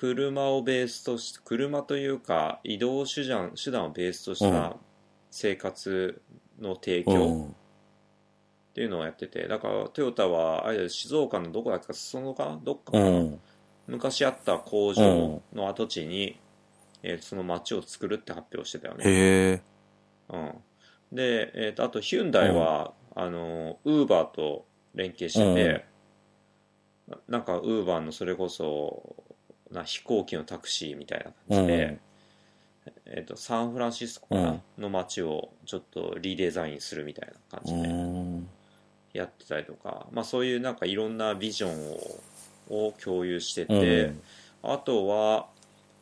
Speaker 2: 車をベースとし、車というか、移動手段、手段をベースとし
Speaker 1: うん
Speaker 2: た生活の提
Speaker 1: う
Speaker 2: 供
Speaker 1: ん。
Speaker 2: っていうのをやってて、だからトヨタは、あれだよ静岡のどこだっけか、裾野かなどっかか
Speaker 1: う
Speaker 2: な、
Speaker 1: ん。
Speaker 2: 昔あった工場の跡地に、えーその町を作るって発表してたよね。
Speaker 1: へえ。
Speaker 2: うん、で、えーとあとヒュンダイは、あのウーバーと連携してて、ななんかウーバーのそれこそな飛行機のタクシーみたいな感じで、えー、とサンフランシスコかな、の街をちょっとリデザインするみたいな感
Speaker 1: う
Speaker 2: じで
Speaker 1: ん。
Speaker 2: やってたりとか、まあ、そういうなんかいろんなビジョンをを共有して
Speaker 1: う
Speaker 2: て、
Speaker 1: ん。
Speaker 2: あとは、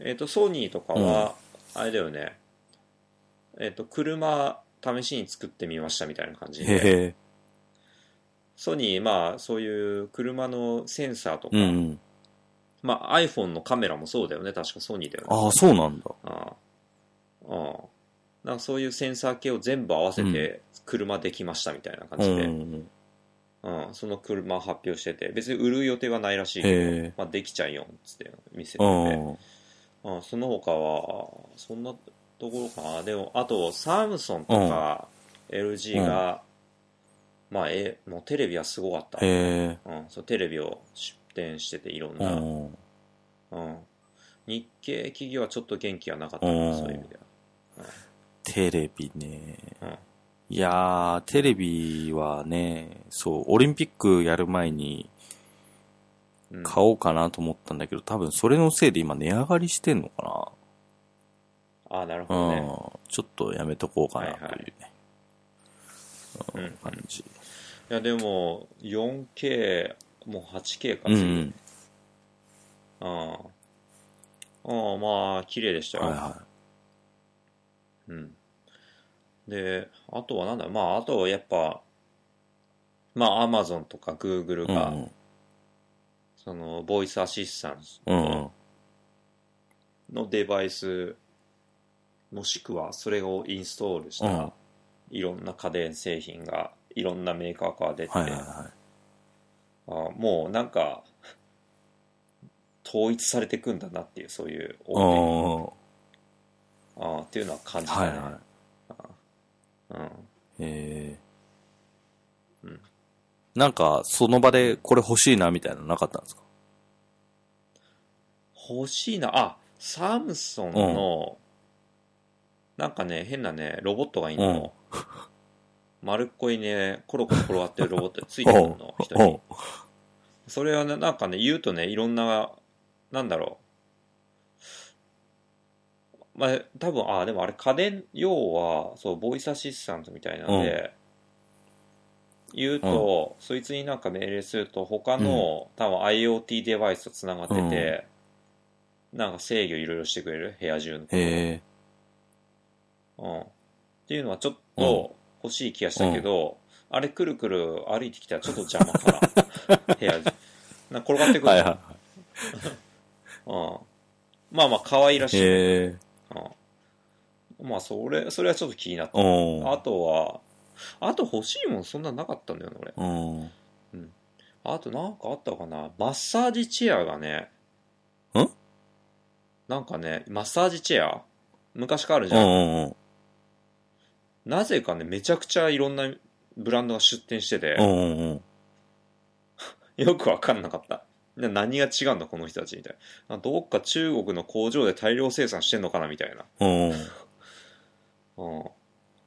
Speaker 2: えっ、と、ソニーとかは、あれだよね、えっ、と、車、試しに作ってみましたみたいな感じ
Speaker 1: へ
Speaker 2: で、
Speaker 1: え。
Speaker 2: ソニー、まあ、そういう車のセンサーとか、
Speaker 1: うんうん。
Speaker 2: まあ、iPhone のカメラもそうだよね、確かソニーだよね。
Speaker 1: ああ、そうなんだ。
Speaker 2: ああ。ああなんかそういうセンサー系を全部合わせて、車できましたみたいな感
Speaker 1: う
Speaker 2: じ
Speaker 1: ん
Speaker 2: で、
Speaker 1: う
Speaker 2: うん
Speaker 1: ん。
Speaker 2: その車発表してて、別に売る予定はないらしい
Speaker 1: へ
Speaker 2: け
Speaker 1: え
Speaker 2: ど、まあ、できちゃうよっつって見せてて、
Speaker 1: うん。
Speaker 2: うん、その他は、そんなところかな。でも、あと、サムソンとか、LG が、まあ、え、もうテレビはすごかった。
Speaker 1: へえ。
Speaker 2: うん、そう、テレビを出展してて、いろん
Speaker 1: う
Speaker 2: な。うん。
Speaker 1: ん。
Speaker 2: 日系企業はちょっと元気がなかった
Speaker 1: う
Speaker 2: な、
Speaker 1: ん
Speaker 2: そういう意味では。
Speaker 1: テレビね。
Speaker 2: うん
Speaker 1: いやー、テレビはね、そう、オリンピックやる前に
Speaker 2: うん、
Speaker 1: 買おうかなと思ったんだけど、多分それのせいで今値上がりしてんのか
Speaker 2: ああ、なるほ
Speaker 1: な。
Speaker 2: ど
Speaker 1: うん
Speaker 2: ね。。
Speaker 1: ちょっとやめとこうかな
Speaker 2: はいはい
Speaker 1: というね、
Speaker 2: うん。い
Speaker 1: 感じ。
Speaker 2: や、でも、4K、もう 8K か、
Speaker 1: うんう
Speaker 2: 次
Speaker 1: ん。
Speaker 2: うん。ああ、まあ、綺麗でしたよ。
Speaker 1: はいは
Speaker 2: うん。で、あとはなんだ、まあ、あとはやっぱ、まあ、アマゾンとかグーグル
Speaker 1: い。う
Speaker 2: が、
Speaker 1: ん
Speaker 2: その、ボイスアシスタン
Speaker 1: うん。うん
Speaker 2: トのデバイス、もしくはそれをインストールし
Speaker 1: うん
Speaker 2: た、いろんな家電製品が、いろんなメーカーから出て、
Speaker 1: はいはいは
Speaker 2: あもうなんか、統一されてくんだなっていう、そういう
Speaker 1: い。
Speaker 2: 大手
Speaker 1: うん。
Speaker 2: あっていうのは感じた
Speaker 1: はい
Speaker 2: ね。
Speaker 1: は
Speaker 2: うん。
Speaker 1: い。へえ
Speaker 2: うん。
Speaker 1: なんか、その場でこれ欲しいなみたいなのなかったんですか
Speaker 2: 欲しいな。あ、サムソンの、なんかね、変なね、ロボットがいいの。丸っこいね、コロコロ転がってるロボットがついてくるの、人
Speaker 1: お
Speaker 2: に。それはね、なんかね、言うとね、いろんな、なんだろう。まあ、多分、あ、でもあれ家電、要は、そう、ボイスアシスタントみたいなんで、言うと、そいつになんか命令すると、他の、多分 IoT デバイスと繋がってて、なんか制御いろいろしてくれる部屋中の。
Speaker 1: へえ。
Speaker 2: うん。っていうのはちょっと欲しい気がしたけど、あれくるくる歩いてきたらちょっと邪魔かな。部屋中。なんか転がってくる。
Speaker 1: はいは
Speaker 2: うん。まあまあ、可愛らし
Speaker 1: い。
Speaker 2: い。
Speaker 1: へえ。
Speaker 2: うん。まあ、それ、それはちょっと気になった。
Speaker 1: うん。
Speaker 2: あとは、あと欲しいもんそんななかったんだよね、俺。
Speaker 1: うん。
Speaker 2: あとなんかあったかなマッサージチェアがね。
Speaker 1: ん
Speaker 2: なんかね、マッサージチェア昔からあるじ
Speaker 1: う
Speaker 2: ゃん。
Speaker 1: んうんうん。
Speaker 2: なぜかね、めちゃくちゃいろんなブランドが出店してて
Speaker 1: う、んうんうん。
Speaker 2: よくわかんなかった。な何が違うんだ、この人たちみたいな。どっか中国の工場で大量生産してんのかなみたいな。
Speaker 1: うん。
Speaker 2: うん。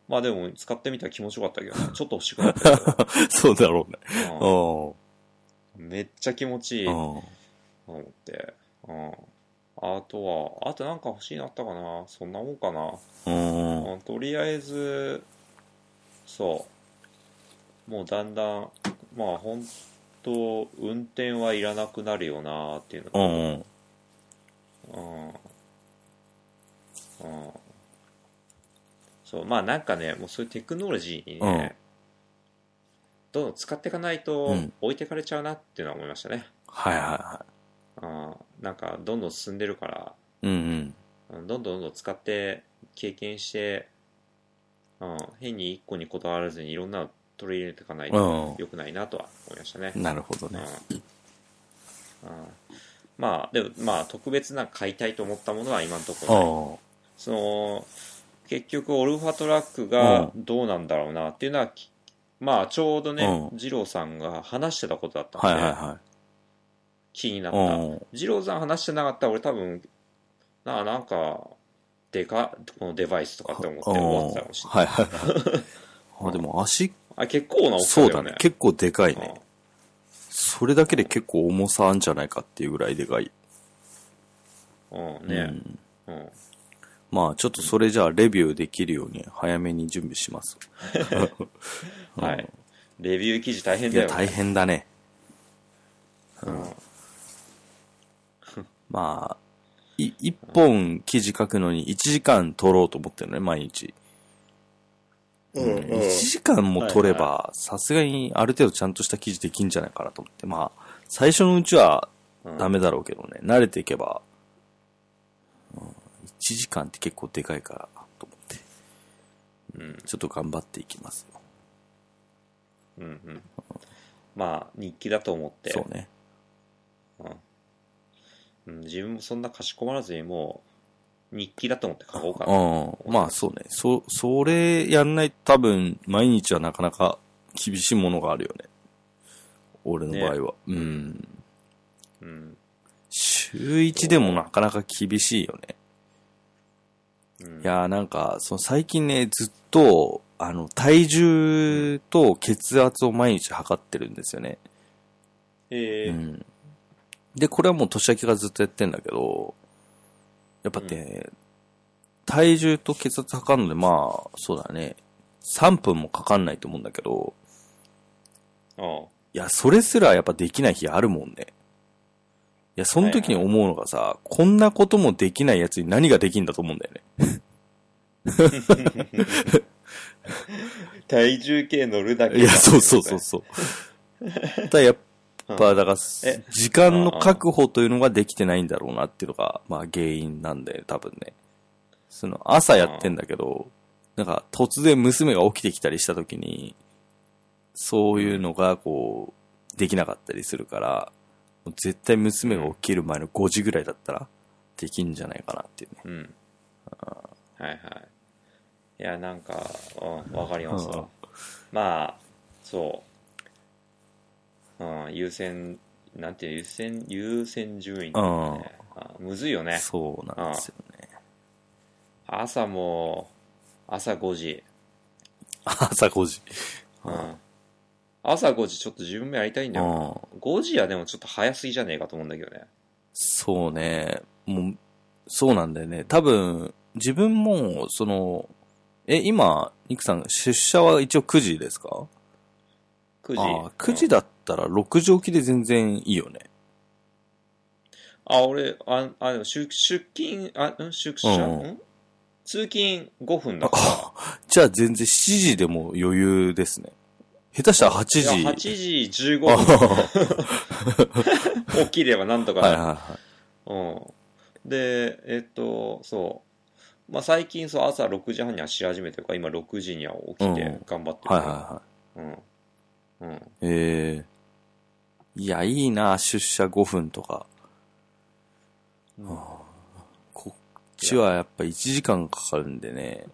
Speaker 2: まあでも、使ってみたら気持ちよかったけ
Speaker 1: (laughs)
Speaker 2: どね、ちょっと欲しくなったけど。
Speaker 1: そうだろうね。
Speaker 2: うん
Speaker 1: う
Speaker 2: めっちゃ気持ちい
Speaker 1: ん。
Speaker 2: いと
Speaker 1: うん。
Speaker 2: 思って。うん。あとは、あとなんか欲しいのあったかなそんなもんかな。
Speaker 1: うん。
Speaker 2: うんとりあえず、そう。もうだんだん、まあ本当、運転はいらなくなるよなっていうの
Speaker 1: う
Speaker 2: が
Speaker 1: んうん。
Speaker 2: うんうんそう、まあなんかね、もうそういうテクノロジーにね、どんどん使っていかないと
Speaker 1: うん
Speaker 2: 置いてかれちゃうなっていうのは思いましたね。
Speaker 1: はいはいは
Speaker 2: あーなんかどんどん進んでるから
Speaker 1: い。うんうん。
Speaker 2: うんどんどんどんどん使って経験して、うん、変に一個にこだわらずにいろんなの取り入れていかないと
Speaker 1: う
Speaker 2: 良くないなとは思いましたね。
Speaker 1: なるほどね。
Speaker 2: うんうんまあでもまあ特別な買いたいと思ったものは今のとこ
Speaker 1: あ
Speaker 2: ろない
Speaker 1: あ。
Speaker 2: その結局オルファトラック
Speaker 1: うん
Speaker 2: がどうなんだろうなっていうのはきまあちょうどね
Speaker 1: うん
Speaker 2: 二郎さんが話してたことだった
Speaker 1: はい
Speaker 2: ん
Speaker 1: はい
Speaker 2: で
Speaker 1: は
Speaker 2: 気になっ
Speaker 1: い。う
Speaker 2: た
Speaker 1: ん。
Speaker 2: 二郎さん話してなかったら俺多分ななんかでかこのデバイスとかって思って終わってたかもしれない
Speaker 1: はいはい
Speaker 2: (laughs)
Speaker 1: はい。あでも足、
Speaker 2: あ結構な大きさ
Speaker 1: そう
Speaker 2: だよ
Speaker 1: だ
Speaker 2: ね
Speaker 1: ね。結構でかいね。それだけで結構重さあんじゃないかっていうぐらいでかい。
Speaker 2: うんうん
Speaker 1: う
Speaker 2: ね
Speaker 1: ん
Speaker 2: うん
Speaker 1: まあちょっとそれじゃあレビューできるように早めに準備します。
Speaker 2: はいレビュー記事大変
Speaker 1: い
Speaker 2: だ
Speaker 1: や
Speaker 2: よ
Speaker 1: 大変だね。
Speaker 2: うん
Speaker 1: まあ、い一本記事書くのに1時間取ろうと思ってるね、毎日。
Speaker 2: うんうん
Speaker 1: 1時間も取れば、さすがにある程度ちゃんとした記事できんじゃないかなと思って。まあ、最初のうちは
Speaker 2: うん
Speaker 1: ダメだろうけどね、慣れていけば、うん、1時間って結構でかいから、と思って。
Speaker 2: うん
Speaker 1: ちょっと頑張っていきますよ。
Speaker 2: うんうんまあ日記だと思って
Speaker 1: そうね。
Speaker 2: うんうん、自分もそんなかしこまらずにもう日記だと思って書こうかな
Speaker 1: うん。まあそうね。そ、それやんないと多分、毎日はなかなか厳しいものがあるよね。俺の場合は。うん。
Speaker 2: うん
Speaker 1: 週一でもなかなか厳しいよね。
Speaker 2: うん
Speaker 1: いやーなんか、その最近ね、ずっと、あの、体重と血圧を毎日測ってるんですよね。
Speaker 2: ええ
Speaker 1: うん。で、これはもう年明けからずっとやってんだけど、やっぱね、体重と血圧測るので、まあ、そうだね、3分もかかんないと思うんだけど、
Speaker 2: あ
Speaker 1: いや、それすらやっぱできない日あるもんね。いや、その時に思うのがさ、こんなこともできないやつに何ができんだと思うんだよね。
Speaker 2: あ体重計乗るだけ
Speaker 1: いや、そうそうそうそう。ただやっぱ、だから、
Speaker 2: え
Speaker 1: 時間の確保というのができてないんだろうなっていうのが、まあ原因なんだよね、多分ね。その、朝やってんだけど、なんか突然娘が起きてきたりした時に、そういうのがこう、できなかったりするから、もう絶対娘が起きる前の5時ぐらいだったら、できんじゃないかなっていうね。
Speaker 2: うんはいはいいやなんかうんわかります
Speaker 1: うん
Speaker 2: わまあそう、うん、優先なんていう優先優先順位っていうかねあむずいよね
Speaker 1: そうなんですよね。
Speaker 2: 朝も朝5時
Speaker 1: 朝5時。
Speaker 2: うん朝5時ちょっと自分もやりたいんだよな。
Speaker 1: うん
Speaker 2: 5時はでもちょっと早すぎじゃねえかと思うんだけどね。
Speaker 1: そうね。もう、そうなんだよね。多分、自分も、その、え、今、ニクさん、出社は一応9時ですか
Speaker 2: 9時。
Speaker 1: ああ9時
Speaker 2: だ。
Speaker 1: だったら6時起きで全然いいよね。
Speaker 2: あ、俺、あ、あ、でも出出勤、あ、ん出社、
Speaker 1: うん
Speaker 2: ん通勤5分だから。
Speaker 1: じゃあ全然7時でも余裕ですね。下手したら8時。
Speaker 2: いや8時
Speaker 1: (laughs)
Speaker 2: 15
Speaker 1: あ
Speaker 2: 分
Speaker 1: は
Speaker 2: 起きればなんとか
Speaker 1: ははい
Speaker 2: な
Speaker 1: はい
Speaker 2: る。
Speaker 1: は
Speaker 2: うん。で、えっと、そう。まあ、最近そう、朝6時半にはし始めてるから、今6時には起きて
Speaker 1: うん
Speaker 2: 頑張って
Speaker 1: い。は
Speaker 2: る
Speaker 1: いはいは
Speaker 2: うん。うん。
Speaker 1: い。ええいや、いいな、出社5分とか。
Speaker 2: うん
Speaker 1: こっちはやっぱ1時間かかるんでね。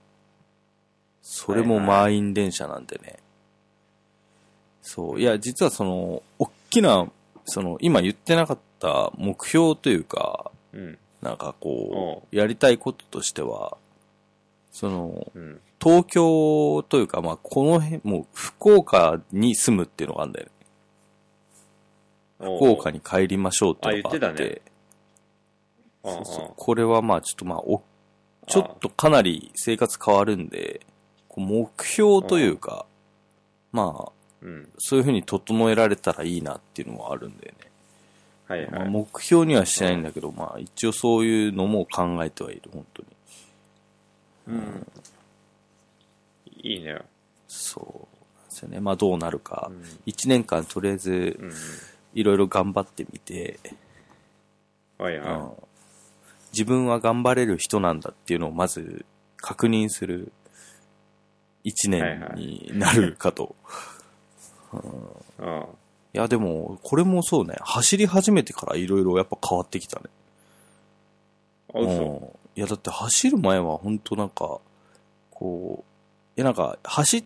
Speaker 1: それも満員電車なんでね。そう。いや、実はその、おっきな、その、今言ってなかった目標というか、
Speaker 2: うん。
Speaker 1: なんかこう、やりたいこととしては、その、
Speaker 2: うん。
Speaker 1: 東京というか、まあ、この辺、もう、福岡に住むっていうのがあるんだよね。福
Speaker 2: 福
Speaker 1: 岡に帰りましょうっていうのがあ
Speaker 2: あ言
Speaker 1: っ
Speaker 2: ってた
Speaker 1: て
Speaker 2: ね。うんう
Speaker 1: そ
Speaker 2: ん
Speaker 1: うそう。これはまあちょっとまあお、ちょっとかなり生活変わるんで、こう目標というか、まあ、
Speaker 2: うん。
Speaker 1: そういうふうに整えられたらいいなっていうのはあるんでね。
Speaker 2: はいはい。
Speaker 1: まあ、目標にはしてないんだけど、まあ一応そういうのも考えてはいる、本当に。
Speaker 2: うんいいね。
Speaker 1: そうなんですよね。まあどうなるか
Speaker 2: うん。。
Speaker 1: 一年間とりあえず、
Speaker 2: うん
Speaker 1: いろいろ頑張ってみて、
Speaker 2: はいは
Speaker 1: う
Speaker 2: い。
Speaker 1: ん自分は頑張れる人なんだっていうのをまず確認する一年になるかと。い
Speaker 2: あ
Speaker 1: や、でも、これもそうね、走り始めてからいろいろやっぱ変わってきたね。
Speaker 2: あ、嘘。
Speaker 1: うんいや、だって走る前は本当なんか、こう、いやなんか走っ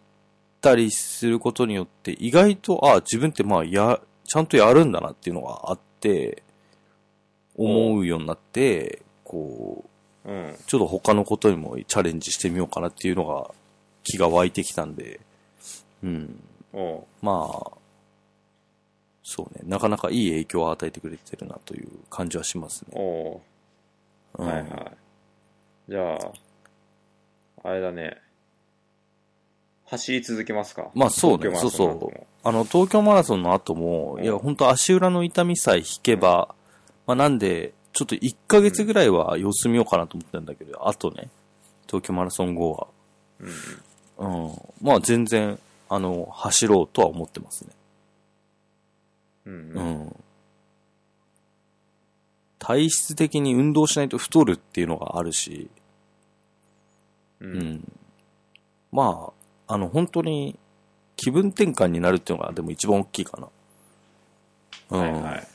Speaker 1: たりすることによって意外と、ああ、自分ってまあや、ちゃんとやるんだなっていうのがあって、思うようになって、こう、
Speaker 2: うん。
Speaker 1: ちょっと他のことにもチャレンジしてみようかなっていうのが、気が湧いてきたんで、うん。
Speaker 2: おう
Speaker 1: まあ、そうね、なかなかいい影響を与えてくれてるなという感じはしますね。
Speaker 2: おう
Speaker 1: うん
Speaker 2: はいはい。じゃあ、あれだね。走り続けますか。
Speaker 1: まあそうね
Speaker 2: 東京マラソ
Speaker 1: そう
Speaker 2: ンの後も
Speaker 1: あの、東京マラソンの後も、
Speaker 2: うん
Speaker 1: いや、本当足裏の痛みさえ引けば、まあなんで、ちょっと1ヶ月ぐらいは様子見ようかなと思ってたんだけど、あとね、東京マラソン後
Speaker 2: うん。
Speaker 1: は、うん、まあ全然、あの、走ろうとは思ってますね。
Speaker 2: うん。
Speaker 1: う
Speaker 2: うん。
Speaker 1: ん。体質的に運動しないと太るっていうのがあるし、
Speaker 2: うん。
Speaker 1: うん。まあ、あの、本当に気分転換になるっていうのが、でも一番大きいかな。うん。
Speaker 2: はいはい。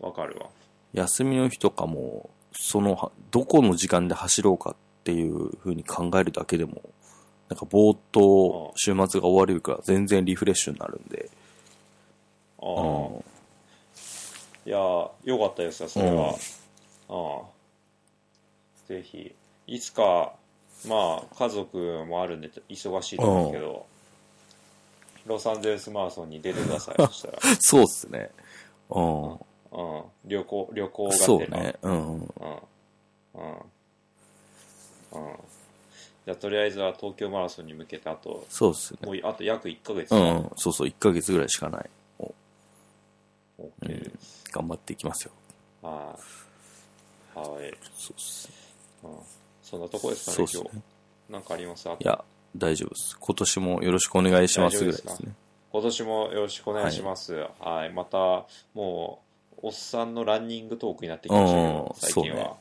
Speaker 2: わかるわ。
Speaker 1: 休みの日とかも、そのは、どこの時間で走ろうかっていう風に考えるだけでも、なんかぼーっと週末が終われるから全然リフレッシュになるんで。
Speaker 2: ああ。いやー、よかったですよ、それは。ああ。ぜひ。いつか、まあ、家族もあるんで、忙しいと思うけど、ロサンゼルスマラソンに出てください、そ
Speaker 1: (laughs)
Speaker 2: したら。
Speaker 1: そうっすね。うん。
Speaker 2: うん。旅行、旅行が
Speaker 1: そう
Speaker 2: てら
Speaker 1: ね。うん。
Speaker 2: うん。うん。うん。じゃあ、とりあえずは東京マラソンに向けて、あと、
Speaker 1: そうっすね。
Speaker 2: もう、あと約1ヶ月。
Speaker 1: う。ん。そうそう、1ヶ月ぐらいしかない。
Speaker 2: OK です。
Speaker 1: 頑張っていきますよ。
Speaker 2: はい。はい。
Speaker 1: そうっすね。
Speaker 2: うん。そんなとこですか
Speaker 1: そう
Speaker 2: ね
Speaker 1: っ、す
Speaker 2: 今
Speaker 1: ね
Speaker 2: 日。。なんかありますあと
Speaker 1: いや、大丈夫です。今年もよろしくお願いしますぐらいですね。
Speaker 2: 今年もよろしくお願いします。はい、また、もう、おっさんのランニングトークになってきましたけど
Speaker 1: う、ん
Speaker 2: 最近は。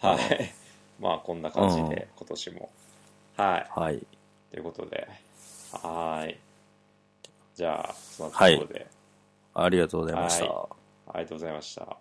Speaker 2: はい。 (laughs) まあ、こんな感じ
Speaker 1: うん
Speaker 2: で、今年も。は
Speaker 1: はい。
Speaker 2: い。ということで、はい。じゃあ、そのところで、
Speaker 1: ありがとうございました。
Speaker 2: はありがとうございました。